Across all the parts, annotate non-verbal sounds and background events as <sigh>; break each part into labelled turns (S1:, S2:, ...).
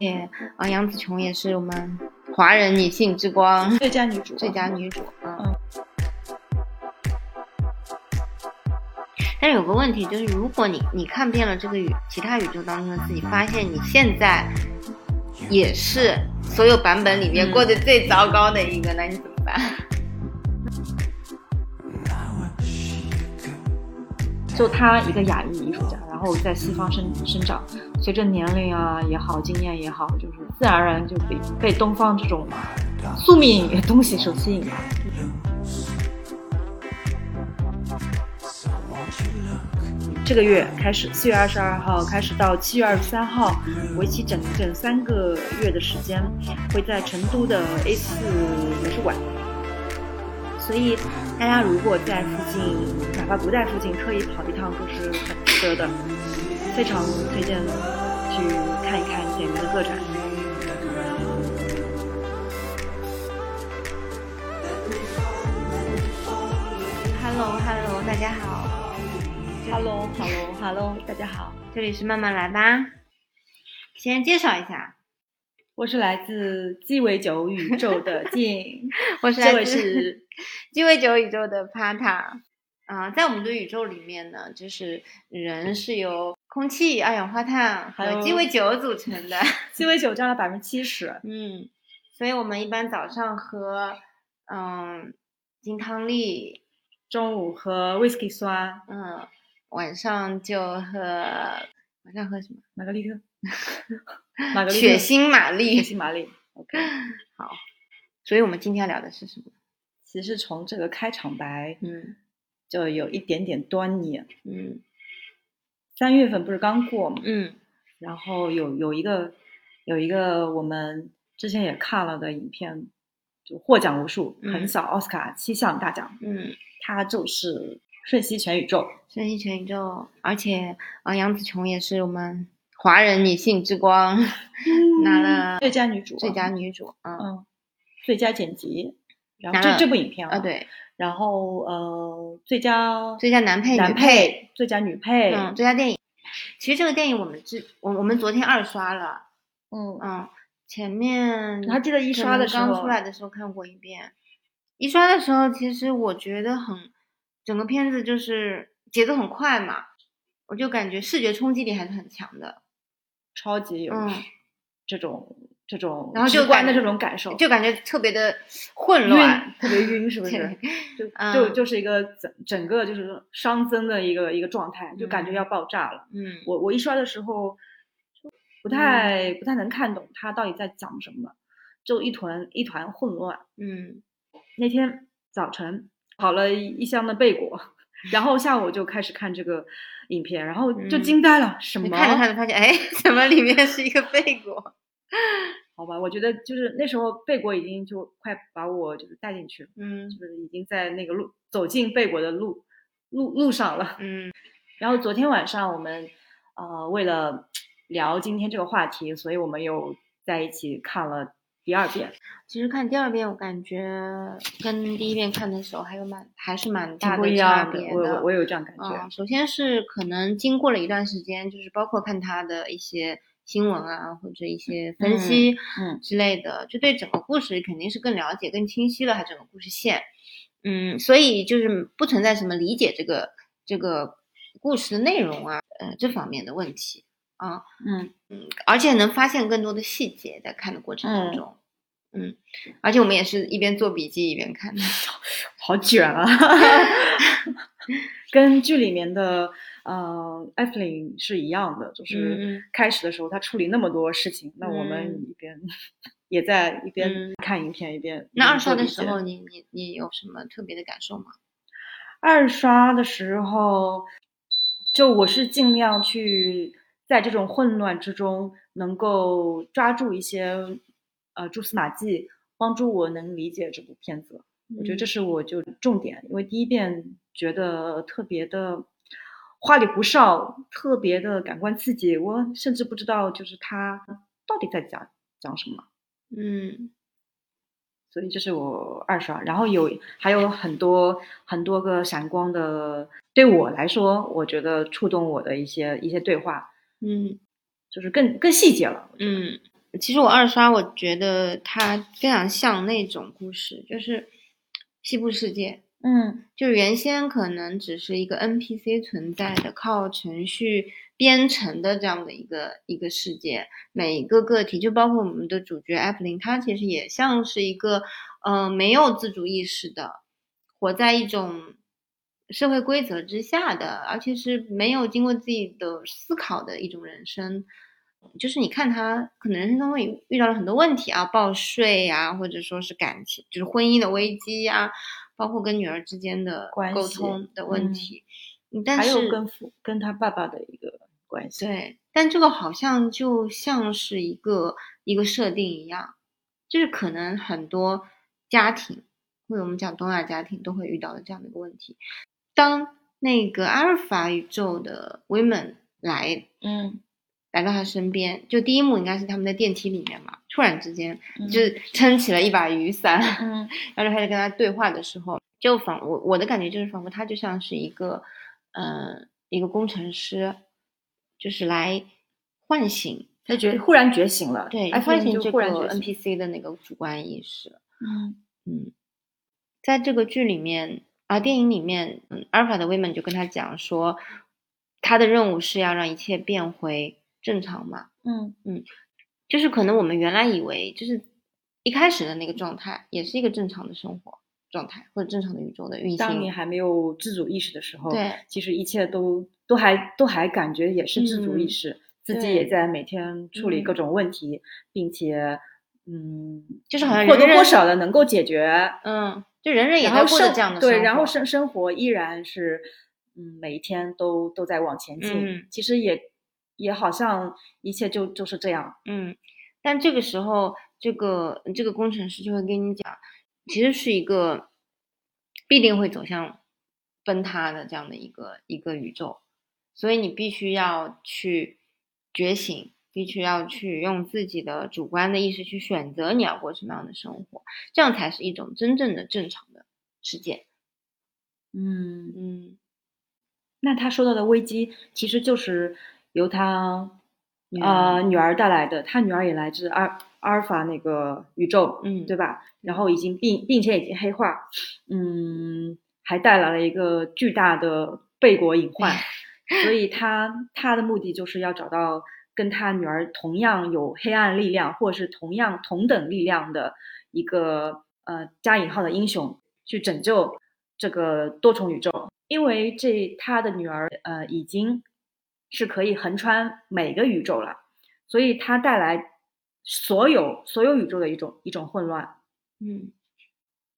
S1: 且呃，杨紫琼也是我们华人女性之光，
S2: 最佳女
S1: <laughs>
S2: 主，
S1: 最佳女主啊。
S2: 嗯
S1: 但是有个问题就是，如果你你看遍了这个宇其他宇宙当中的自己，发现你现在也是所有版本里面过得最糟糕的一个，那你怎么办？
S2: 就她一个亚裔艺术家，然后在西方生生长，随着年龄啊也好，经验也好，就是自然而然就被被东方这种宿命的东西所吸引了。这个月开始，四月二十二号开始到七月二十三号，为期整整三个月的时间，会在成都的 A 四美术馆。所以大家如果在附近，哪怕不在附近，特意跑一趟都是很值得的，非常推荐去看一看简明的个展。
S1: Hello Hello，大家好，
S2: h e l l o h e l l o h e l l o 大家好，
S1: 这里是慢慢来吧。先介绍一下，
S2: 我是来自鸡尾酒宇宙的 <laughs> 静，
S1: 我是
S2: 这
S1: 来
S2: 位
S1: 自 <laughs>
S2: 是
S1: 鸡尾酒宇宙的 Pata。啊、在我们的宇宙里面呢，就是人是由空气、二氧化碳
S2: 还有
S1: 和鸡尾酒组成的。 <laughs>
S2: 鸡尾酒占了百分之七十，
S1: 嗯，所以我们一般早上喝，嗯，金汤力，
S2: 中午喝 whisky 酸
S1: 嗯，晚上就喝，晚上喝什么？
S2: 玛格丽特，玛格丽
S1: 血
S2: 特
S1: 腥玛
S2: 血
S1: 丽。
S2: 腥玛丽。OK，
S1: 所以我们今天要聊的是什么？
S2: 其实从这个开场白
S1: 嗯
S2: 就有一点点端倪。
S1: 嗯
S2: 三月份不是刚过嘛，
S1: 嗯
S2: 然后有有一个有一个我们之前也看了的影片，就获奖无数，
S1: 嗯
S2: 横扫奥斯卡七项大奖，
S1: 嗯，
S2: 它就是《瞬息全
S1: <laughs>
S2: 宇宙》。
S1: 瞬息全宇宙，而且呃，杨紫琼也是我们华人女性之光， <laughs> 拿了
S2: 嗯最佳女主、
S1: 最佳，女主。嗯
S2: 嗯，最佳剪辑，然后
S1: 拿了
S2: 这这部影片
S1: 啊，，对，
S2: 然后呃，最佳
S1: 最佳男配、
S2: 男
S1: 女配。
S2: 配、最佳女配，
S1: 嗯，最佳电影。其实这个电影我们之我我们昨天二刷了，
S2: 嗯
S1: 嗯，前面
S2: 我还记得一
S1: 可
S2: 刷
S1: 能
S2: 的时
S1: 刚
S2: 候
S1: 出来的时候看过一遍。一刷的时候，其实我觉得很，整个片子就是节奏很快嘛，我就感觉视觉冲击力还是很强的，
S2: 超级有
S1: 嗯
S2: 这种这种
S1: 然后
S2: 直
S1: 就
S2: 观
S1: 感
S2: 的这种感受，
S1: 就感觉特别的混
S2: 晕
S1: 乱。 <laughs>
S2: 特别晕，是不是
S1: 对？
S2: 就就
S1: 嗯
S2: 就是一个整整个就是熵增的一个一个状态，就感觉要爆炸了。
S1: 嗯，
S2: 我我一刷的时候，不太不太能看懂他到底在讲什么，就一团一团混乱。
S1: 嗯
S2: 那天早晨跑了一箱的贝果，然后下午就开始看这个影片，然后就
S1: 嗯
S2: 惊呆了，什么
S1: 你？看着看着发现，哎，怎么里面是一个贝
S2: <laughs>
S1: 果？
S2: 好吧，我觉得就是那时候贝果已经就快把我就是带进去了，
S1: 嗯
S2: 就是已经在那个路走进贝果的路路路上了。 <laughs>
S1: 嗯
S2: 然后昨天晚上我们呃为了聊今天这个话题，所以我们又在一起看了第二遍，
S1: 其实看第二遍，我感觉跟第一遍看的时候还有蛮还是蛮
S2: 挺
S1: 大
S2: 不一
S1: 的差
S2: 样的
S1: 别。
S2: 我我我有这样感觉，
S1: 嗯，首先是可能经过了一段时间，就是包括看他的一些新闻啊，或者一些分析
S2: 嗯
S1: 之类的，就对整个故事肯定是更了解、更清晰了，还整个故事线。嗯，所以就是不存在什么理解这个这个故事的内容啊，呃，这方面的问题啊。 <laughs>
S2: 嗯
S1: 而且能发现更多的细节，在看的过程当中，嗯而且我们也是一边做笔记一边看
S2: <laughs>
S1: 的，
S2: 好
S1: <laughs>
S2: 卷啊，跟剧里面的呃艾弗琳是一样的，就是
S1: 嗯嗯
S2: 开始的时候他处理那么多事情，那我们
S1: 嗯
S2: 一边 <laughs> 也在一边
S1: 嗯
S2: 看影片一边
S1: 那
S2: 一边
S1: 二
S2: 嗯做
S1: 刷的
S2: 笔
S1: 时
S2: 记
S1: 候，你你你有什么特别的感受吗？
S2: 二刷的时候，就我是尽量去在这种混乱之中，能够抓住一些呃蛛丝马迹，帮助我能理解这部片子。我觉得这
S1: 嗯
S2: 是我就重点，因为第一遍觉得特别的花里胡哨，特别的感官刺激，我甚至不知道就是他到底在讲讲什么。
S1: 嗯
S2: 所以这是我二刷，然后有还有很多很多个闪光的，对我来说，我觉得触动我的一些一些对话，
S1: 嗯
S2: 就是更更细节了。
S1: 嗯，其实我二刷，我觉得它非常像那种故事，就是西部世界。
S2: 嗯
S1: 就是原先可能只是一个 NPC 存在的，靠程序编程的这样的一个一个世界，每一个个体，就包括我们的主角艾弗林，他其实也像是一个，呃，没有自主意识的，活在一种社会规则之下的，而且是没有经过自己的思考的一种人生。就是你看他可能人生中会遇到了很多问题啊，报税呀、或者说是感情，就是婚姻的危机啊呀、包括跟女儿之间的
S2: 关
S1: 沟
S2: 系
S1: 通的问
S2: 嗯
S1: 题。嗯但
S2: 还
S1: 是
S2: 有跟父跟他爸爸的一个关系。
S1: 对，但这个好像就像是一个一个设定一样，就是可能很多家庭或者我们讲东亚家庭都会遇到的这样的一个问题。当那个阿尔法宇宙的 women 来
S2: 嗯，
S1: 来到他身边，就第一幕应该是他们在电梯里面嘛，突然之间
S2: 嗯
S1: 就是撑起了一把雨伞，
S2: 嗯
S1: 然后开始跟他对话的时候，就仿我我的感觉就是仿佛他就像是一个，呃，一个工程师，就是来唤醒，
S2: 他觉忽然觉醒了，
S1: 对，
S2: 哎，
S1: 唤
S2: 你
S1: 醒
S2: 就
S1: 这
S2: 忽
S1: 个
S2: 然觉醒。
S1: NPC 的那个主观意识。
S2: 嗯
S1: 嗯，在这个剧里面啊，电影里面，嗯，阿尔法的 women 就跟他讲说，他的任务是要让一切变回正常嘛，
S2: 嗯
S1: 就是可能我们原来以为就是一开始的那个状态，也是一个正常的生活状态或者正常的宇宙的运
S2: 当你
S1: 行。
S2: 还没有自主意识的时候，
S1: 对，
S2: 其实一切都都还都还感觉也是自主意
S1: 嗯
S2: 识，自己
S1: 对
S2: 也在每天处理
S1: 嗯
S2: 各种问题，并且嗯，
S1: 就是好像
S2: 或
S1: 啊人
S2: 多
S1: 人
S2: 或少的能够解决。
S1: 嗯，就人人也
S2: 然
S1: 在
S2: 后
S1: 过着
S2: 生
S1: 这样的生活。
S2: 对，然后生生活依然是嗯，每一天都都在往前进。
S1: 嗯
S2: 其实也也好像一切就就是这样。
S1: 嗯，但这个时候，这个这个工程师就会跟你讲，其实是一个必定会走向崩塌的这样的一个一个宇宙，所以你必须要去觉醒，必须要去用自己的主观的意识去选择你要过什么样的生活，这样才是一种真正的正常的世界。
S2: 嗯，
S1: 嗯，
S2: 那他说到的危机其实就是由他
S1: 女
S2: 呃
S1: 儿
S2: 女儿带来的，他女儿也来自阿阿尔法那个宇宙，
S1: 嗯
S2: 对吧？然后已经并并且已经黑化，嗯，还带来了一个巨大的背国隐患，所以他他的目的就是要找到跟他女儿同样有黑暗力量，或者是同样同等力量的一个呃加引号的英雄，去拯救这个多重宇宙。因为这他的女儿呃已经是可以横穿每个宇宙了，所以它带来所有所有宇宙的一种一种混乱。
S1: 嗯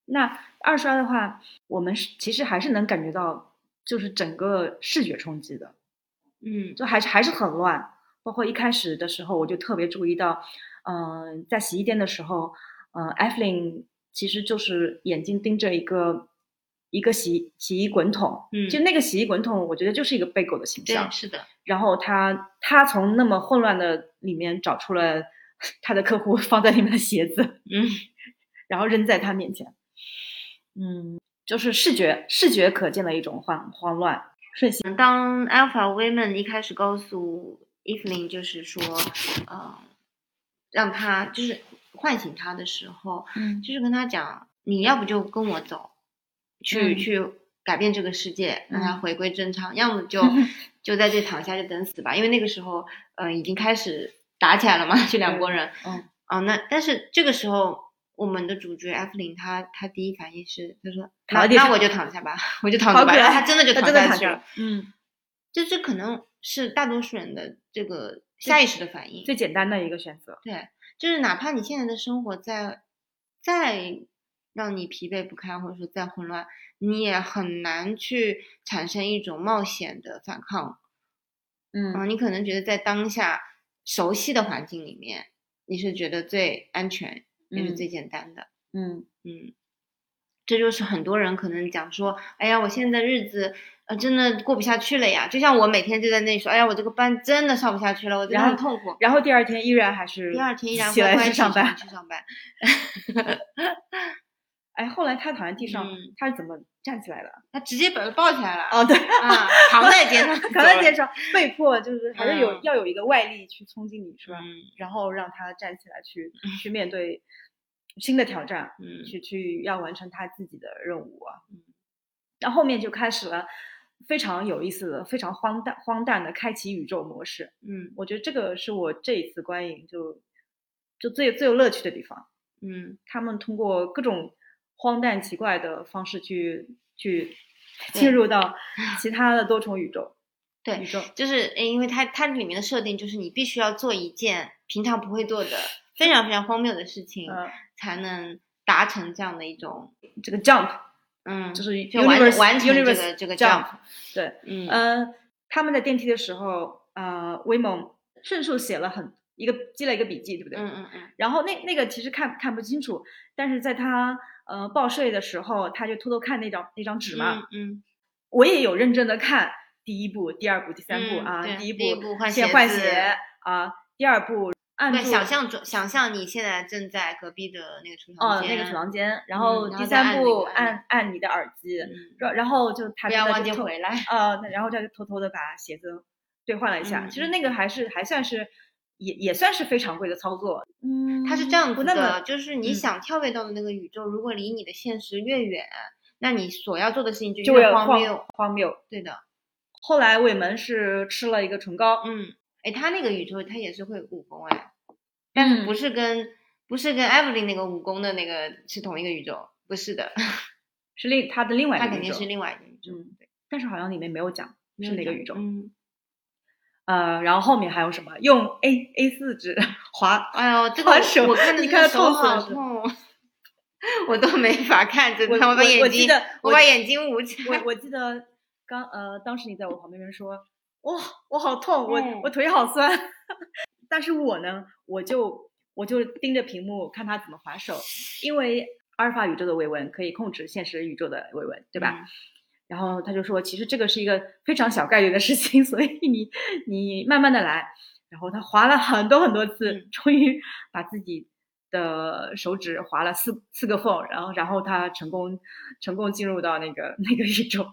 S2: 那二刷的话，我们是其实还是能感觉到，就是整个视觉冲击的，
S1: 嗯
S2: 就还是还是很乱。包括一开始的时候，我就特别注意到，嗯、在洗衣店的时候，嗯、艾弗琳其实就是眼睛盯着一个一个洗洗衣滚筒，
S1: 嗯
S2: 就那个洗衣滚筒，我觉得就是一个被狗的形象
S1: 对，，是的，
S2: 然后他他从那么混乱的里面找出了 <laughs> 他的客户放在里面的鞋子，
S1: 嗯
S2: <laughs> 然后扔在他面前。嗯，就是视觉视觉可见的一种慌慌乱。
S1: 当 Alpha Women 一开始告诉 Evelyn 就是说，呃，让他就是唤醒他的时候，
S2: 嗯
S1: 就是跟他讲，你要不就跟我走，去、
S2: 嗯
S1: 去改变这个世界，让它
S2: 嗯
S1: 回归正常，要么
S2: <laughs>
S1: 就就在这躺下就等死吧，因为那个时候，呃，已经开始打起来了嘛，就两拨人，
S2: 嗯
S1: 啊、那但是这个时候。我们的主角艾弗林，他他第一反应是，他说：“
S2: 躺
S1: 那
S2: 在地
S1: 那
S2: 上
S1: 我就躺下吧， <laughs> 我就躺
S2: 好
S1: 着
S2: 可
S1: 吧。”然
S2: 爱，
S1: 后他真的就
S2: 他
S1: 躺
S2: 真的
S1: 下
S2: 躺
S1: 去了
S2: 着。。嗯，
S1: 就这可能是大多数人的这个下意识的反应。
S2: 最简单的一个选择。
S1: 对，就是哪怕你现在的生活再再让你疲惫不堪，或者说再混乱，你也很难去产生一种冒险的反抗。
S2: 嗯
S1: 嗯，你可能觉得在当下熟悉的环境里面，你是觉得最安全，也是
S2: 嗯
S1: 最简单的。
S2: 嗯
S1: 嗯，这就是很多人可能讲说，哎呀，我现在日子呃真的过不下去了呀。就像我每天就在那里说，哎呀，我这个班真的上不下去了，我真的
S2: 然
S1: 很
S2: 后
S1: 痛苦。
S2: 然后第二天依然还是
S1: 第二天依然
S2: 起
S1: 乖
S2: 来
S1: 乖
S2: 去
S1: 地
S2: 上班。
S1: 去上班。
S2: 哎，后来他躺在地上，
S1: 嗯
S2: 他是怎么站起来的？
S1: 他直接把他抱起来了，
S2: <laughs> 哦，对，，
S1: 啊，扛在肩上
S2: <laughs> 躺在地上，被迫就是还是有、
S1: 嗯
S2: 要有一个外力去冲击你，是吧？
S1: 嗯
S2: 然后让他站起来去去面对新的挑战，
S1: 嗯
S2: 去去要完成他自己的任务啊。
S1: 嗯，
S2: 然后后面就开始了非常有意思的、非常荒诞荒诞的开启宇宙模式。
S1: 嗯
S2: 我觉得这个是我这一次观影就就最最有乐趣的地方。
S1: 嗯，
S2: 他们通过各种荒诞奇怪的方式去去
S1: 对
S2: 进
S1: <laughs>
S2: 入到其他的多重宇宙。
S1: 对
S2: 宇宙
S1: 就是诶因为它它里面的设定就是你必须要做一件平常不会做的非常非常荒谬的事情，
S2: 呃，
S1: 才能达成这样的一种
S2: 这个 jump
S1: 嗯，
S2: 就是
S1: 就完
S2: universe
S1: 完成这
S2: universe
S1: 个这个
S2: jump，
S1: jump，
S2: 对，
S1: 嗯
S2: 呃，他们在电梯的时候，呃，威猛迅速写了很一个记了一个笔记，对不对？
S1: 嗯嗯嗯
S2: 然后那那个其实看看不清楚，但是在他呃报税的时候，他就偷偷看那张那张纸嘛。
S1: 嗯嗯
S2: 我也有认真的看第一部、第二部、第三部、
S1: 嗯
S2: 啊
S1: 对，
S2: 一
S1: 第一
S2: 步
S1: 部换
S2: 先
S1: 鞋
S2: 换
S1: 子
S2: 鞋啊，第二步按
S1: 对，
S2: 住
S1: 想象中想象你现在正在隔壁的那个储
S2: 哦
S1: 藏间，
S2: 那个储藏间，然
S1: 嗯
S2: 后
S1: 然
S2: 第
S1: 后再
S2: 三
S1: 按那
S2: 步
S1: 个按
S2: 按按你的耳机，
S1: 嗯
S2: 然然后就他
S1: 不
S2: 就
S1: 要
S2: 在
S1: 忘
S2: 这
S1: 记
S2: 偷
S1: 回来，
S2: 呃，那然后他就偷偷的把鞋子兑换了一下。
S1: 嗯
S2: 其实
S1: 嗯
S2: 那个还是还算是也也算是非常规的操作。嗯
S1: 它是这样
S2: 不
S1: 子
S2: 那
S1: 的，
S2: 么
S1: 就是你
S2: 嗯
S1: 想跳跃到的那个宇宙，如果离你的现实越远，那你所要做的事情
S2: 就
S1: 就
S2: 会
S1: 越
S2: 荒
S1: 荒谬。
S2: 荒谬。
S1: 对的，
S2: 后来尾门是吃了一个唇膏，
S1: 嗯，哎，他那个宇宙他也是会武功哎，但是
S2: 嗯
S1: 不是跟、不是跟 Evelyn 那个武功的那个是同一个宇宙，不是的，
S2: 是另他的另外一
S1: 他
S2: 个
S1: 肯
S2: 宇
S1: 定
S2: 宙
S1: 是。另外一个宇宙，
S2: 嗯，但是好像里面没有讲
S1: 没
S2: 是
S1: 有
S2: 哪个
S1: 讲
S2: 宇宙。
S1: 嗯，
S2: 呃，然后后面还有什么？用 A A 四纸 <laughs> 划。
S1: 哎呦，这个
S2: 滑手
S1: 我我看的
S2: 你
S1: 真的
S2: 看
S1: 手
S2: 痛死了
S1: 好
S2: 是吧
S1: 痛，我都没法看，真
S2: 我
S1: 的，把
S2: 我我
S1: 眼
S2: 记
S1: 睛
S2: 得
S1: 我把眼睛捂 <laughs> 起来
S2: 我。我记得刚呃，当时你在我旁边说，哇、我好痛，我、
S1: 嗯
S2: 我腿好酸。 <laughs> 但是我呢，我就我就盯着屏幕看他怎么划手，因为阿尔法宇宙的维文可以控制现实宇宙的维文，对吧？
S1: 嗯
S2: 然后他就说，其实这个是一个非常小概率的事情， <laughs> 所以你你慢慢的来。然后他划了很多很多次，
S1: 嗯
S2: 终于把自己的手指划了四四个缝，然后然后他成功成功进入到那个那个宇宙。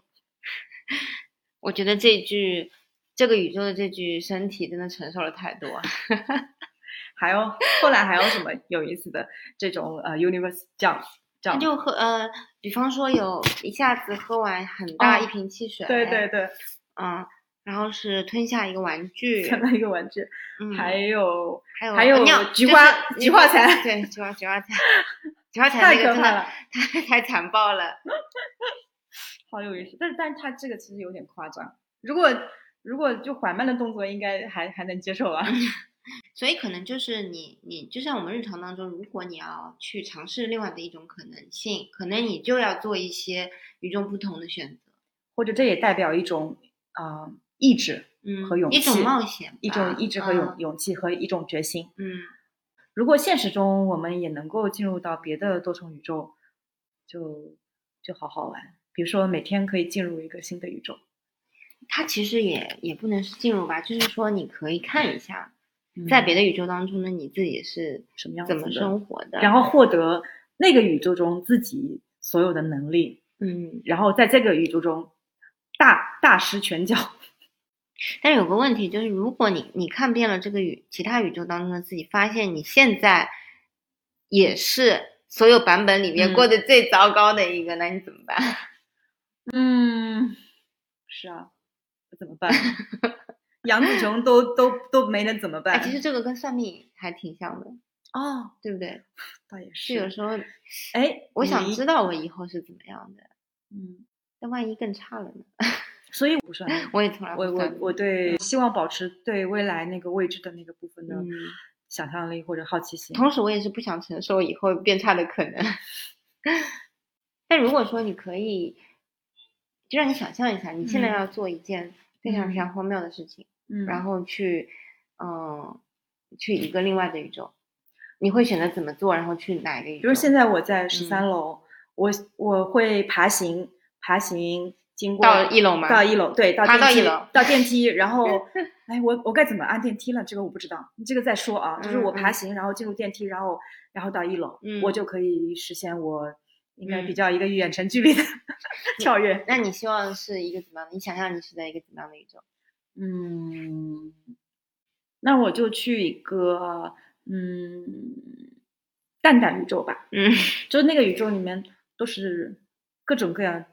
S1: 我觉得这句这个宇宙的这句身体真的承受了太多。啊
S2: <laughs> 还有后来还有什么有意思的这种呃 universe jump
S1: 他
S2: jump？
S1: 就喝呃，比方说有一下子喝完很大
S2: 哦
S1: 一瓶汽水，
S2: 对对，对，
S1: 嗯，然后是吞下一个玩具，
S2: 看到一个玩具，
S1: 嗯，
S2: 还有
S1: 还有呃
S2: 还有
S1: 尿
S2: 菊
S1: 就是
S2: 花
S1: 那
S2: 菊
S1: 个
S2: 花残
S1: 对，菊花菊花残，菊
S2: <laughs>
S1: 花残
S2: 太
S1: 那
S2: 可
S1: 个真
S2: 怕
S1: 的
S2: 了，
S1: 太太惨爆了，
S2: 好有意思。但是但是他这个其实有点夸张，如果如果就缓慢的动作，应该还还能接受吧？啊
S1: 嗯所以可能就是你你就像我们日常当中，如果你要去尝试另外的一种可能性，可能你就要做一些与众不同的选择，
S2: <laughs> 或者这也代表一种啊、呃意志，
S1: 嗯，
S2: 和勇
S1: 一种
S2: 气
S1: 冒险吧，嗯
S2: 一种意志和
S1: 啊
S2: 勇、勇气和一种决心。如果现实中我们也能够进入到别的多重宇宙，就就好好玩。比如说每天可以进入一个新的宇宙，
S1: 嗯，它其实也也不能是进入吧，就是说你可以看一下。
S2: 嗯
S1: 在别的宇宙当中呢，你自己是
S2: 什么样
S1: 怎
S2: 子
S1: 么
S2: 的
S1: 生活的？
S2: 然
S1: 后，
S2: 后获得那个宇宙中自己所有的能力，
S1: 嗯，
S2: 然后在这个宇宙中大大施拳
S1: <laughs>
S2: 脚。
S1: 但有个问题就是，如果你你看遍了这个宇其他宇宙当中的自己，发现你现在也是所有版本里面
S2: 嗯
S1: 过得最糟糕的一个，那你怎么办？
S2: 嗯， <laughs> 是啊，我怎么
S1: <laughs>
S2: 办？杨紫琼都都都没能怎么
S1: 哎，
S2: 办？
S1: 其实这个跟算命还挺像的，
S2: 哦，
S1: 对不对？
S2: 倒也
S1: 就有
S2: 是。
S1: 时候，
S2: 哎，
S1: 我想
S2: 你
S1: 知道我以后是怎么样的，
S2: 嗯，
S1: 那万一更差了呢？
S2: 所以我不算
S1: <laughs>
S2: 命
S1: 我也从来不
S2: 我
S1: 算
S2: 我
S1: 命
S2: 我对希望保持对未来那个未知的那个部分的
S1: 嗯
S2: 想象力或者好奇心。
S1: 同时我也是不想承受以后变差的可能。 <laughs> 但如果说你可以，就让你想象一下，你现在
S2: 嗯
S1: 要做一件非常非常荒谬的事情，
S2: 嗯，
S1: 然后去，嗯、去一个另外的宇宙，你会选择怎么做，然后去哪一个宇宙？
S2: 比如现在我在十三
S1: 嗯
S2: 楼，我我会爬行，爬行经过
S1: 到一楼吗？
S2: 到一楼，对，到
S1: 爬
S2: 电
S1: 到一
S2: 梯
S1: 楼
S2: 到电梯，
S1: <laughs>
S2: 然后，哎，我我该怎么按电梯了？这个我不知道，你这个再说啊。就是我
S1: 嗯
S2: 爬
S1: 嗯
S2: 行，然后进入电梯，然后然后到一楼，我
S1: 嗯
S2: 就可以实现我应该比较一个远程距离的跳跃。
S1: 那 <laughs> 你希望是一个怎么样的？你想象你是在一个怎么样的宇宙？ <laughs>
S2: 嗯，那我就去一个嗯蛋蛋宇宙吧，
S1: 嗯
S2: 就是那个宇宙里面都是各种各样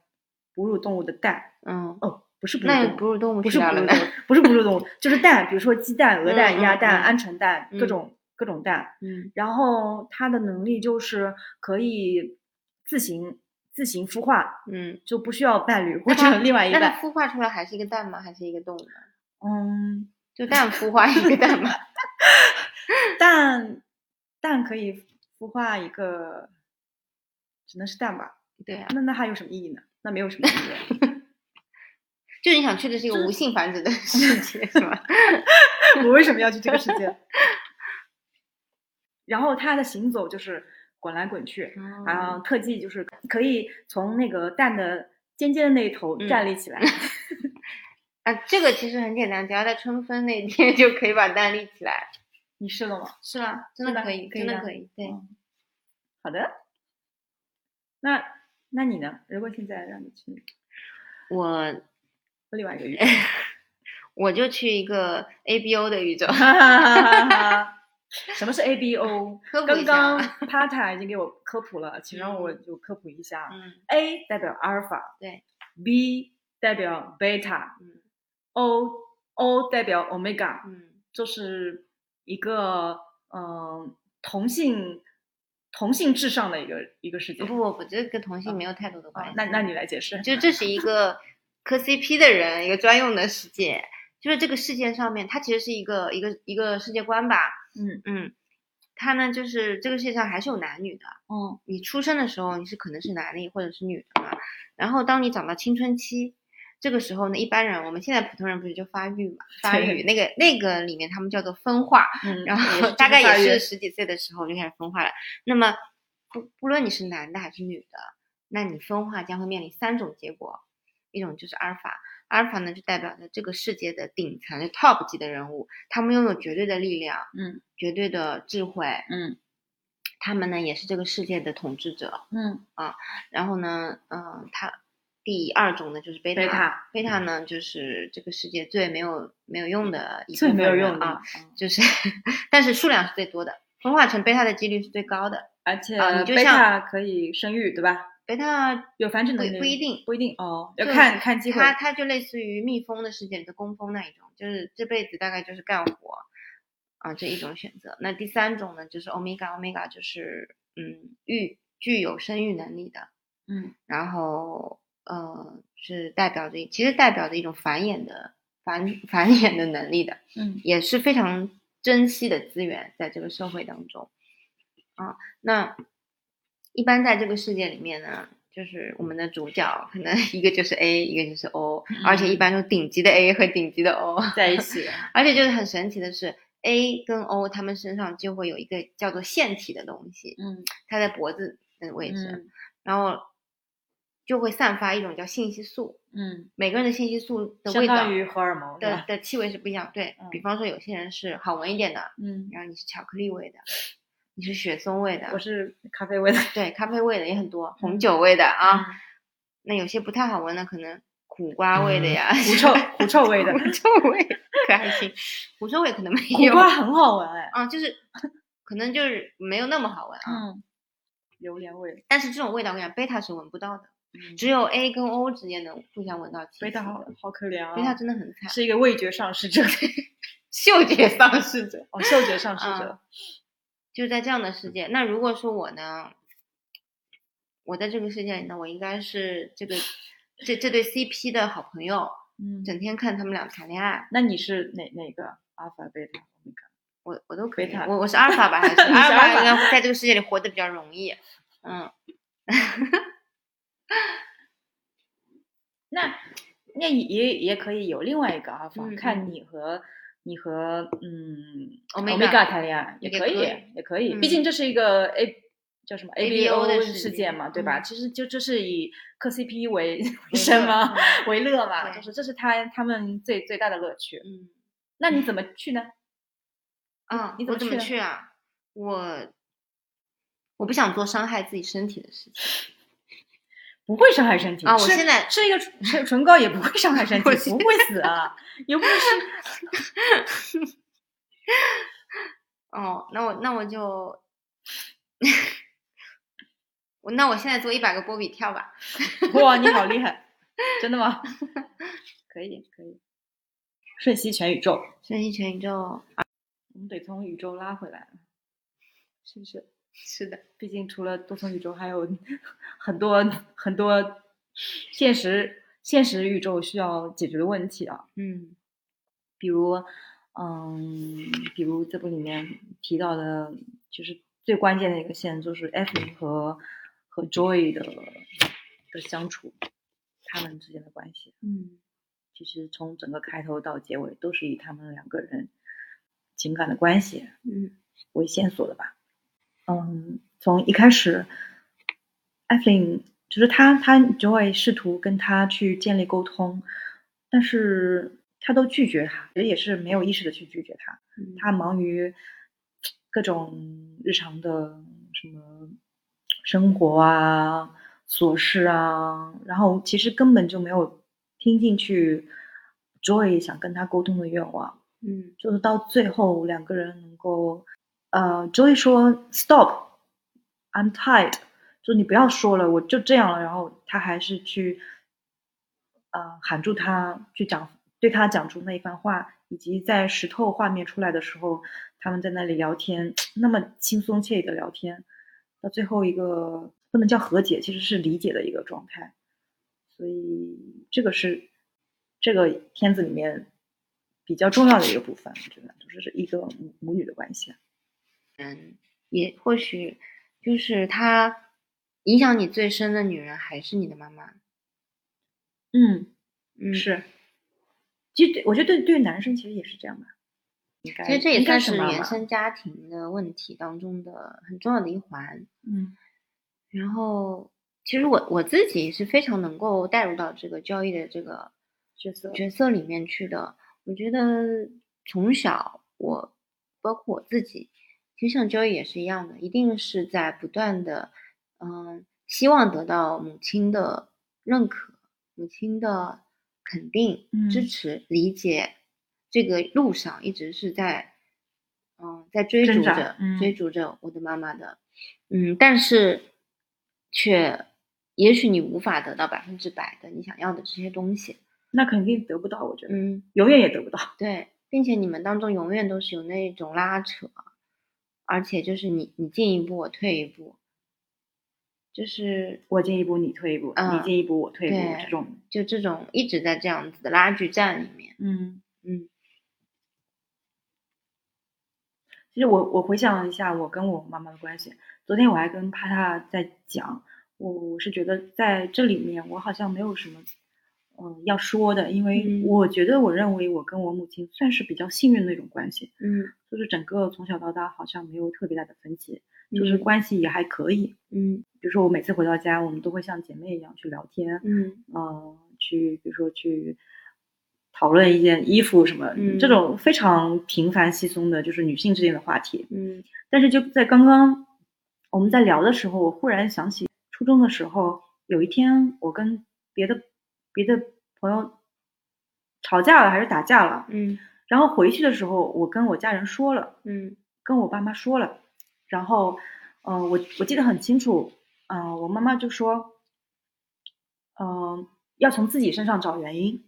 S2: 哺乳动物的蛋。
S1: 嗯，
S2: 哦，不是哺乳
S1: 那
S2: 动
S1: 有
S2: 物，
S1: 哺乳动物去
S2: 不是哺
S1: 哪了
S2: 乳
S1: 呢
S2: 动？物，不是哺乳动物，就是蛋，比如说鸡蛋、鹅蛋、
S1: 嗯
S2: 鸭
S1: 嗯
S2: 蛋、
S1: 嗯
S2: 鹌鹑蛋，各
S1: 嗯
S2: 种各种蛋。
S1: <laughs> 嗯
S2: 然后它的能力就是可以自行自行孵化，
S1: 嗯，
S2: 就不需要伴侣或
S1: 那它
S2: 者 <laughs> 另外一
S1: 那它
S2: 半。
S1: 孵化出来还是一个蛋吗？还是一个动物呢？
S2: 嗯， <laughs>
S1: 就蛋孵化一个蛋吗？ <laughs>
S2: 蛋蛋可以孵化一个，只能是蛋吧？
S1: 对啊，
S2: 那那还有什么意义呢？那没有什么意义，
S1: 就你想去的是一个无性繁殖的世界是
S2: <laughs>
S1: 吧？
S2: 我为什么要去这个世界？ <laughs> 然后它的行走就是滚来滚去，
S1: 嗯啊
S2: 然后特技就是可以从那个蛋的尖尖的那一头
S1: 嗯
S2: 站立起
S1: <laughs>
S2: 来，
S1: 啊，这个其实很简单，只要在春分那天 <laughs> 就可以把蛋立起来。
S2: 你试了吗？
S1: 是啦，真
S2: 是
S1: 的
S2: 吧
S1: 可以，
S2: 可以
S1: 真的
S2: 的
S1: 可以。对，
S2: 嗯好的，那那你呢？如果现在让你去
S1: 我
S2: 另外一
S1: <laughs>
S2: 个宇宙，
S1: 我就去一个 ABO 的宇宙，
S2: 哈哈哈哈哈什么是 ABO？
S1: 科普
S2: 刚
S1: 一
S2: 刚
S1: 下。 <laughs>
S2: Pata 已经给我科普了，请让我就科普一下啊。
S1: 嗯
S2: A 代表阿尔法，
S1: 对
S2: ；B 代表贝塔
S1: 嗯
S2: ；O O 代表 omega，
S1: 嗯
S2: 就是一个嗯、呃同性同性至上的一个一个世界
S1: 不。不不，这跟同性没有太多的关
S2: 啊
S1: 系。，
S2: 那那你来解释。
S1: 就这是一个磕 CP 的人一个专用的世界，就是这个世界上面，它其实是一个一个一个世界观吧。
S2: 嗯
S1: 嗯，它呢就是这个世界上还是有男女的。
S2: 嗯
S1: 你出生的时候你是可能是男的或者是女的嘛，然后当你长到青春期，这个时候呢，一般人我们现在普通人不是就发育嘛，发
S2: 对
S1: 育那个那个里面他们叫做分化，
S2: 嗯，
S1: 然 <laughs>
S2: 也
S1: 后
S2: 是
S1: 大
S2: 这
S1: 概
S2: 个大
S1: 也
S2: 约
S1: 是十几岁的时候就开始分化了。那么不不论你是男的还是女的，那你分化将会面临三种结果，一种就是阿尔法，阿尔法呢就代表着这个世界的顶层就 top 级的人物，他们拥有绝对的力量，
S2: 嗯，
S1: 绝对的智慧，
S2: 嗯
S1: 他们呢也是这个世界的统治者。
S2: 嗯
S1: 然后呢，嗯，它第二种呢就是贝
S2: 贝
S1: 塔，
S2: 塔
S1: 贝塔呢就是这个世界最没有没有用的一
S2: 最
S1: 部
S2: 没有
S1: 分
S2: 用
S1: 人
S2: 的
S1: 啊，，就是 <laughs> 但是数量是最多的，分化成贝塔的几率是最高的。
S2: 而且
S1: 啊你就
S2: 贝
S1: 像
S2: 塔可以生育，对吧？
S1: 贝塔
S2: 有繁殖
S1: 不
S2: 能力
S1: 不一定
S2: 不一定哦，要
S1: 就
S2: 看看机会。
S1: 它它就类似于蜜蜂的世界里的工蜂那一种，就是这辈子大概就是干活啊这一种选择。那第三种呢，就是欧米伽，欧米伽就是嗯育具有生育能力的，
S2: 嗯
S1: 然后呃是代表着其实代表着一种繁衍的繁 <laughs> 繁衍的能力的，
S2: 嗯
S1: 也是非常珍惜的资源，在这个社会当中啊。那一般在这个世界里面呢，就是我们的主角可能 <laughs> 一个就是 A，一个就是 O，而且一般都顶级的 A 和顶级的 O <laughs>
S2: 在一， <laughs> 起，
S1: 而且就是很神奇的是。A 跟 O 他们身上就会有一个叫做腺体的东西，
S2: 嗯
S1: 它在脖子的位置，
S2: 嗯
S1: 然后就会散发一种叫信息素。
S2: 嗯，
S1: 每个人的信息素的
S2: 相
S1: 味道
S2: 当于荷尔蒙，对
S1: 的
S2: 吧？
S1: 的气味是不一样。对
S2: 嗯
S1: 比方说，有些人是好闻一点的，
S2: 嗯，
S1: 然后你是巧克力味的，你是雪松味
S2: 我
S1: 的，
S2: 是咖啡味的
S1: 对，咖啡味的也很多，
S2: 嗯
S1: 红酒味的啊。，那有些不太好闻的，可能苦瓜味的呀，
S2: 嗯狐
S1: <laughs>
S2: 臭狐臭味的，
S1: 狐臭味可还行，狐臭味可能没
S2: 苦
S1: 有
S2: 瓜很好闻哎，
S1: 啊，就是可能就是没有那么好闻啊。
S2: 嗯，榴莲味，
S1: 但是这种味道，我跟你讲，贝塔是闻不到的。
S2: 嗯
S1: 只有 A 跟 O 之间能互相闻到气息
S2: 贝塔好
S1: 的
S2: 好可怜啊，
S1: 贝塔真的很惨，
S2: 是一个味觉丧失者，
S1: 嗅觉丧失者。
S2: 哦，嗅觉丧失者，
S1: 就是在这样的世界，那如果说我呢，我在这个世界里呢，我应该是这个这这对 CP 的好朋友，
S2: 嗯
S1: 整天看他们俩谈恋爱，
S2: 那你是哪哪个？阿尔法、贝塔、欧米伽？
S1: 我我都可以
S2: 贝塔，
S1: 我我是阿尔法吧，还是
S2: <laughs> 你是
S1: 阿尔
S2: 阿尔
S1: 法
S2: 法
S1: 应该在这个世界里活得比较容易，
S2: <laughs>
S1: 嗯，
S2: 那那也也可以有另外一个阿尔法，
S1: 嗯
S2: 看你和你和嗯
S1: Omega
S2: 米伽谈恋爱也
S1: 也
S2: 可以
S1: 可以，
S2: 也可以，
S1: 嗯
S2: 毕竟这是一个 A 叫什么
S1: ABO 的世
S2: 世
S1: 界
S2: 界嘛，对吧？
S1: 嗯
S2: 其实就这是以磕 CP 为 <laughs> 为
S1: 没
S2: 生
S1: 错
S2: 嘛，？为乐嘛，
S1: 对
S2: 就是这是他他们最最大的乐趣。 <laughs>
S1: 嗯
S2: 那你怎么去呢？
S1: 嗯啊
S2: 你，怎
S1: 我
S2: 么
S1: 怎么
S2: 去啊
S1: 去啊？我我不想做伤害自己身体的事情，
S2: 不会伤害身体
S1: 啊我
S2: 吃
S1: 现在
S2: 吃一个唇唇膏也不会伤害身
S1: 我
S2: 体，
S1: 现
S2: 不会死
S1: <laughs>
S2: 啊，又不是
S1: 哦，那我那我就， <laughs> 我那我现在做一百个波比跳吧。
S2: <laughs> 哇，你好厉害！真的吗？可以，可以。瞬息全宇宙，
S1: 顺其全宇宙，
S2: 我们得从宇宙拉回来，是不是？
S1: 是的，
S2: 毕竟除了多重宇宙，还有 <laughs> 很多很多现实现实宇宙需要解决的问题啊。
S1: 嗯
S2: 比如，嗯，比如这部里面提到的，就是最关键的一个线，就是 F 和和 Joy 的的相处，他们之间的关系。
S1: 嗯
S2: 其实从整个开头到结尾都是以他们两个人情感的关系
S1: 嗯
S2: 为线索的吧。嗯，从一开始，艾弗琳就是他，他就会试图跟他去建立沟通，但是他都拒绝他，也也是没有意识的去拒绝他。
S1: 嗯，
S2: 他忙于各种日常的什么生活啊、琐事啊，然后其实根本就没有听进去 Joy 想跟他沟通的愿望。
S1: 嗯
S2: 就是到最后两个人能够，呃，Joy 说 “Stop，I'm tired”，就你不要说了，我就这样了。然后他还是去，呃，喊住他，去讲对他讲出那一番话，以及在石头画面出来的时候，他们在那里聊天，那么轻松惬意的聊天，到最后一个不能叫和解，其实是理解的一个状态。所以这个是这个片子里面比较重要的一个部分，我觉得就是一个母母女的关系。啊
S1: 嗯，也或许就是他影响你最深的女人还是你的妈妈。
S2: 嗯，
S1: 嗯，，
S2: 是。其实我觉得对对男生其实也是这样吧，应该
S1: 其实这也
S2: 应该
S1: 算是
S2: 妈
S1: 原
S2: 妈
S1: 生家庭的问题当中的很重要的一环。
S2: 嗯
S1: 然后，其实我我自己是非常能够带入到这个交易的这个
S2: 角色
S1: 角色里面去的。我觉得从小我，包括我自己，其实像 Joy 也是一样的，一定是在不断的，嗯、希望得到母亲的认可、母亲的肯定、支
S2: 嗯
S1: 持、理解，这个路上一直是在，嗯、在追
S2: 挣
S1: 逐
S2: 扎
S1: 着、
S2: 嗯
S1: 追逐着我的妈妈的，嗯，但是却也许你无法得到百分之百的你想要的这些东西，
S2: 那肯定得不到，我觉得、
S1: 嗯，
S2: 永远也得不到。
S1: 对，并且你们当中永远都是有那种拉扯，而且就是你你进一步我退一步，就是
S2: 我进一步，你退一步；
S1: 嗯
S2: 你进一步，我退一步，
S1: 对
S2: 这种
S1: 就这种一直在这样子的拉锯战里面，
S2: 嗯。
S1: 嗯
S2: 其实我我回想了一下我跟我妈妈的关系，昨天我还跟帕塔在讲，我我是觉得在这里面我好像没有什么，嗯、要说的，因为
S1: 嗯
S2: 我觉得我认为我跟我母亲算是比较幸运的一种关系，
S1: 嗯
S2: 就是整个从小到大好像没有特别大的分歧，就是
S1: 嗯
S2: 关系也还可以。
S1: 嗯
S2: 比如说我每次回到家，我们都会像姐妹一样去聊天，
S1: 嗯
S2: 呃，去比如说去讨论一件衣服什么、
S1: 嗯
S2: 这种非常平凡稀松的，就是女性之间的话题。
S1: 嗯
S2: 但是就在刚刚我们在聊的时候，我忽然想起初中的时候，有一天我跟别的别的朋友吵架了，还是打架了，
S1: 嗯
S2: 然后回去的时候，我跟我家人说了，
S1: 嗯
S2: 跟我爸妈说了，然后，呃，我我记得很清楚，嗯、我妈妈就说，嗯、要从自己身上找原因。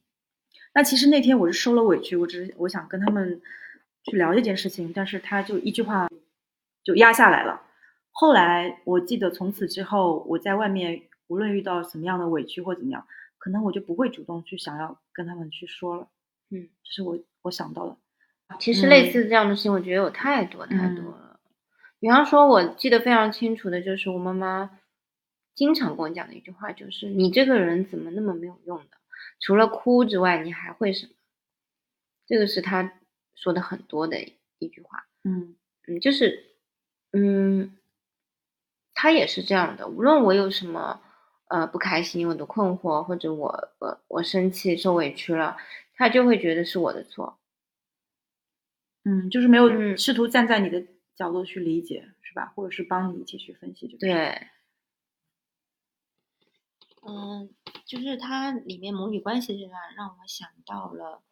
S2: 那其实那天我是受了委屈，我只是我想跟他们去聊这件事情，但是他就一句话就压下来了。后来我记得从此之后，我在外面无论遇到什么样的委屈或怎么样，可能我就不会主动去想要跟他们去说了。
S1: 嗯，
S2: 这是我我想到的。
S1: 其实类
S2: 嗯
S1: 似这样的事情，我觉得有太多太
S2: 嗯
S1: 多了。比方说，我记得非常清楚的就是我妈妈经常跟我讲的一句话，就是你这个人怎么那么没有用的？除了哭之外，你还会什么？这个是她说的很多的一句话。
S2: 嗯
S1: 嗯，就是，嗯，他也是这样的。无论我有什么呃不开心、我的困惑，或者我我我生气、受委屈了，他就会觉得是我的错。
S2: 嗯，就是没有
S1: 嗯
S2: 试图站在你的角度去理解，是吧？或者是帮你一起去分析这个。，
S1: 对，嗯，就是它里面母女关系这段让我想到了，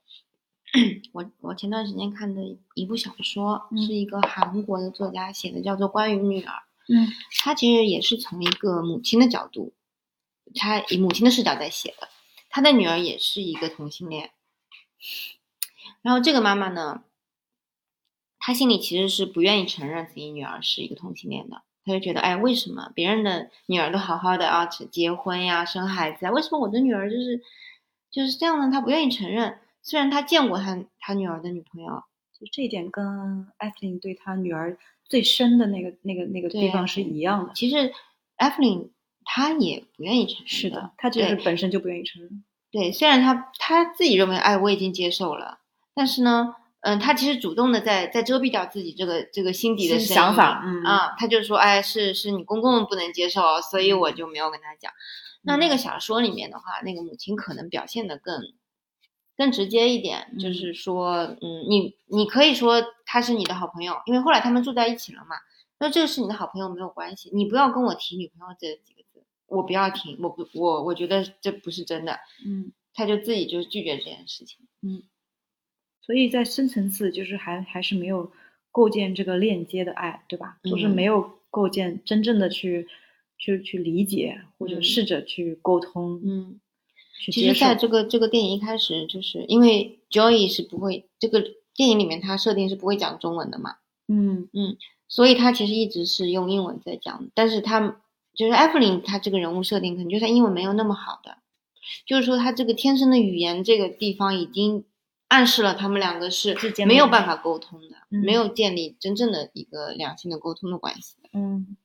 S1: 我我前段时间看的一部小说，
S2: 嗯
S1: 是一个韩国的作家写的，叫做《关于女儿》。
S2: 嗯，
S1: 他其实也是从一个母亲的角度，他以母亲的视角在写的。他的女儿也是一个同性恋，然后这个妈妈呢，她心里其实是不愿意承认自己女儿是一个同性恋的，她就觉得，哎，为什么别人的女儿都好好的啊，只结婚呀、生孩子啊，为什么我的女儿就是就是这样呢？她不愿意承认，虽然她见过她她女儿的女朋友，
S2: 就这一点跟艾弗琳对她女儿最深的那个那个那个地
S1: 对
S2: 方是一样的。
S1: 其实艾芙琳她也不愿意承认
S2: 是的，嗯她就
S1: 对
S2: 是本身就不愿意承认。
S1: 对，虽然他他自己认为，哎，我已经接受了，但是呢，嗯，他其实主动的在在遮蔽掉自己这个这个心底的
S2: 心
S1: 声
S2: 想
S1: 音
S2: 法嗯
S1: 啊，他就说，哎，是是你公公不能接受，所以我就没有跟他讲。那那
S2: 嗯
S1: 个小说里面的话，那个母亲可能表现的更更直接一点，就
S2: 嗯
S1: 是说，嗯，你你可以说他是你的好朋友，因为后来他们住在一起了嘛，那这个是你的好朋友没有关系，你不要跟我提女朋友这几个字，我不要提，我不我我觉得这不是真的。
S2: 嗯，
S1: 他就自己就拒绝这件事情。
S2: 所以在深层次就是还还是没有构建这个链接的爱，对吧？就是
S1: 嗯
S2: 没有构建真正的去去去理解或者
S1: 嗯
S2: 试着去沟通，
S1: 嗯，
S2: 去
S1: 其
S2: 接
S1: 实
S2: 受。
S1: 在这个这个电影一开始，就是因为 Joey 是不会这个电影里面他设定是不会讲中文的嘛，
S2: 嗯
S1: 所以他其实一直是用英文在讲，但是他就是艾弗琳他这个人物设定可能就是他英文没有那么好的，就是说他这个天生的语言这个地方已经暗示了他们两个是
S2: 之间
S1: 没
S2: 的
S1: 有
S2: 那
S1: 办
S2: 个
S1: 法沟通的，
S2: 嗯
S1: 没有建立真正的一个良性的沟通的关系的。
S2: 嗯，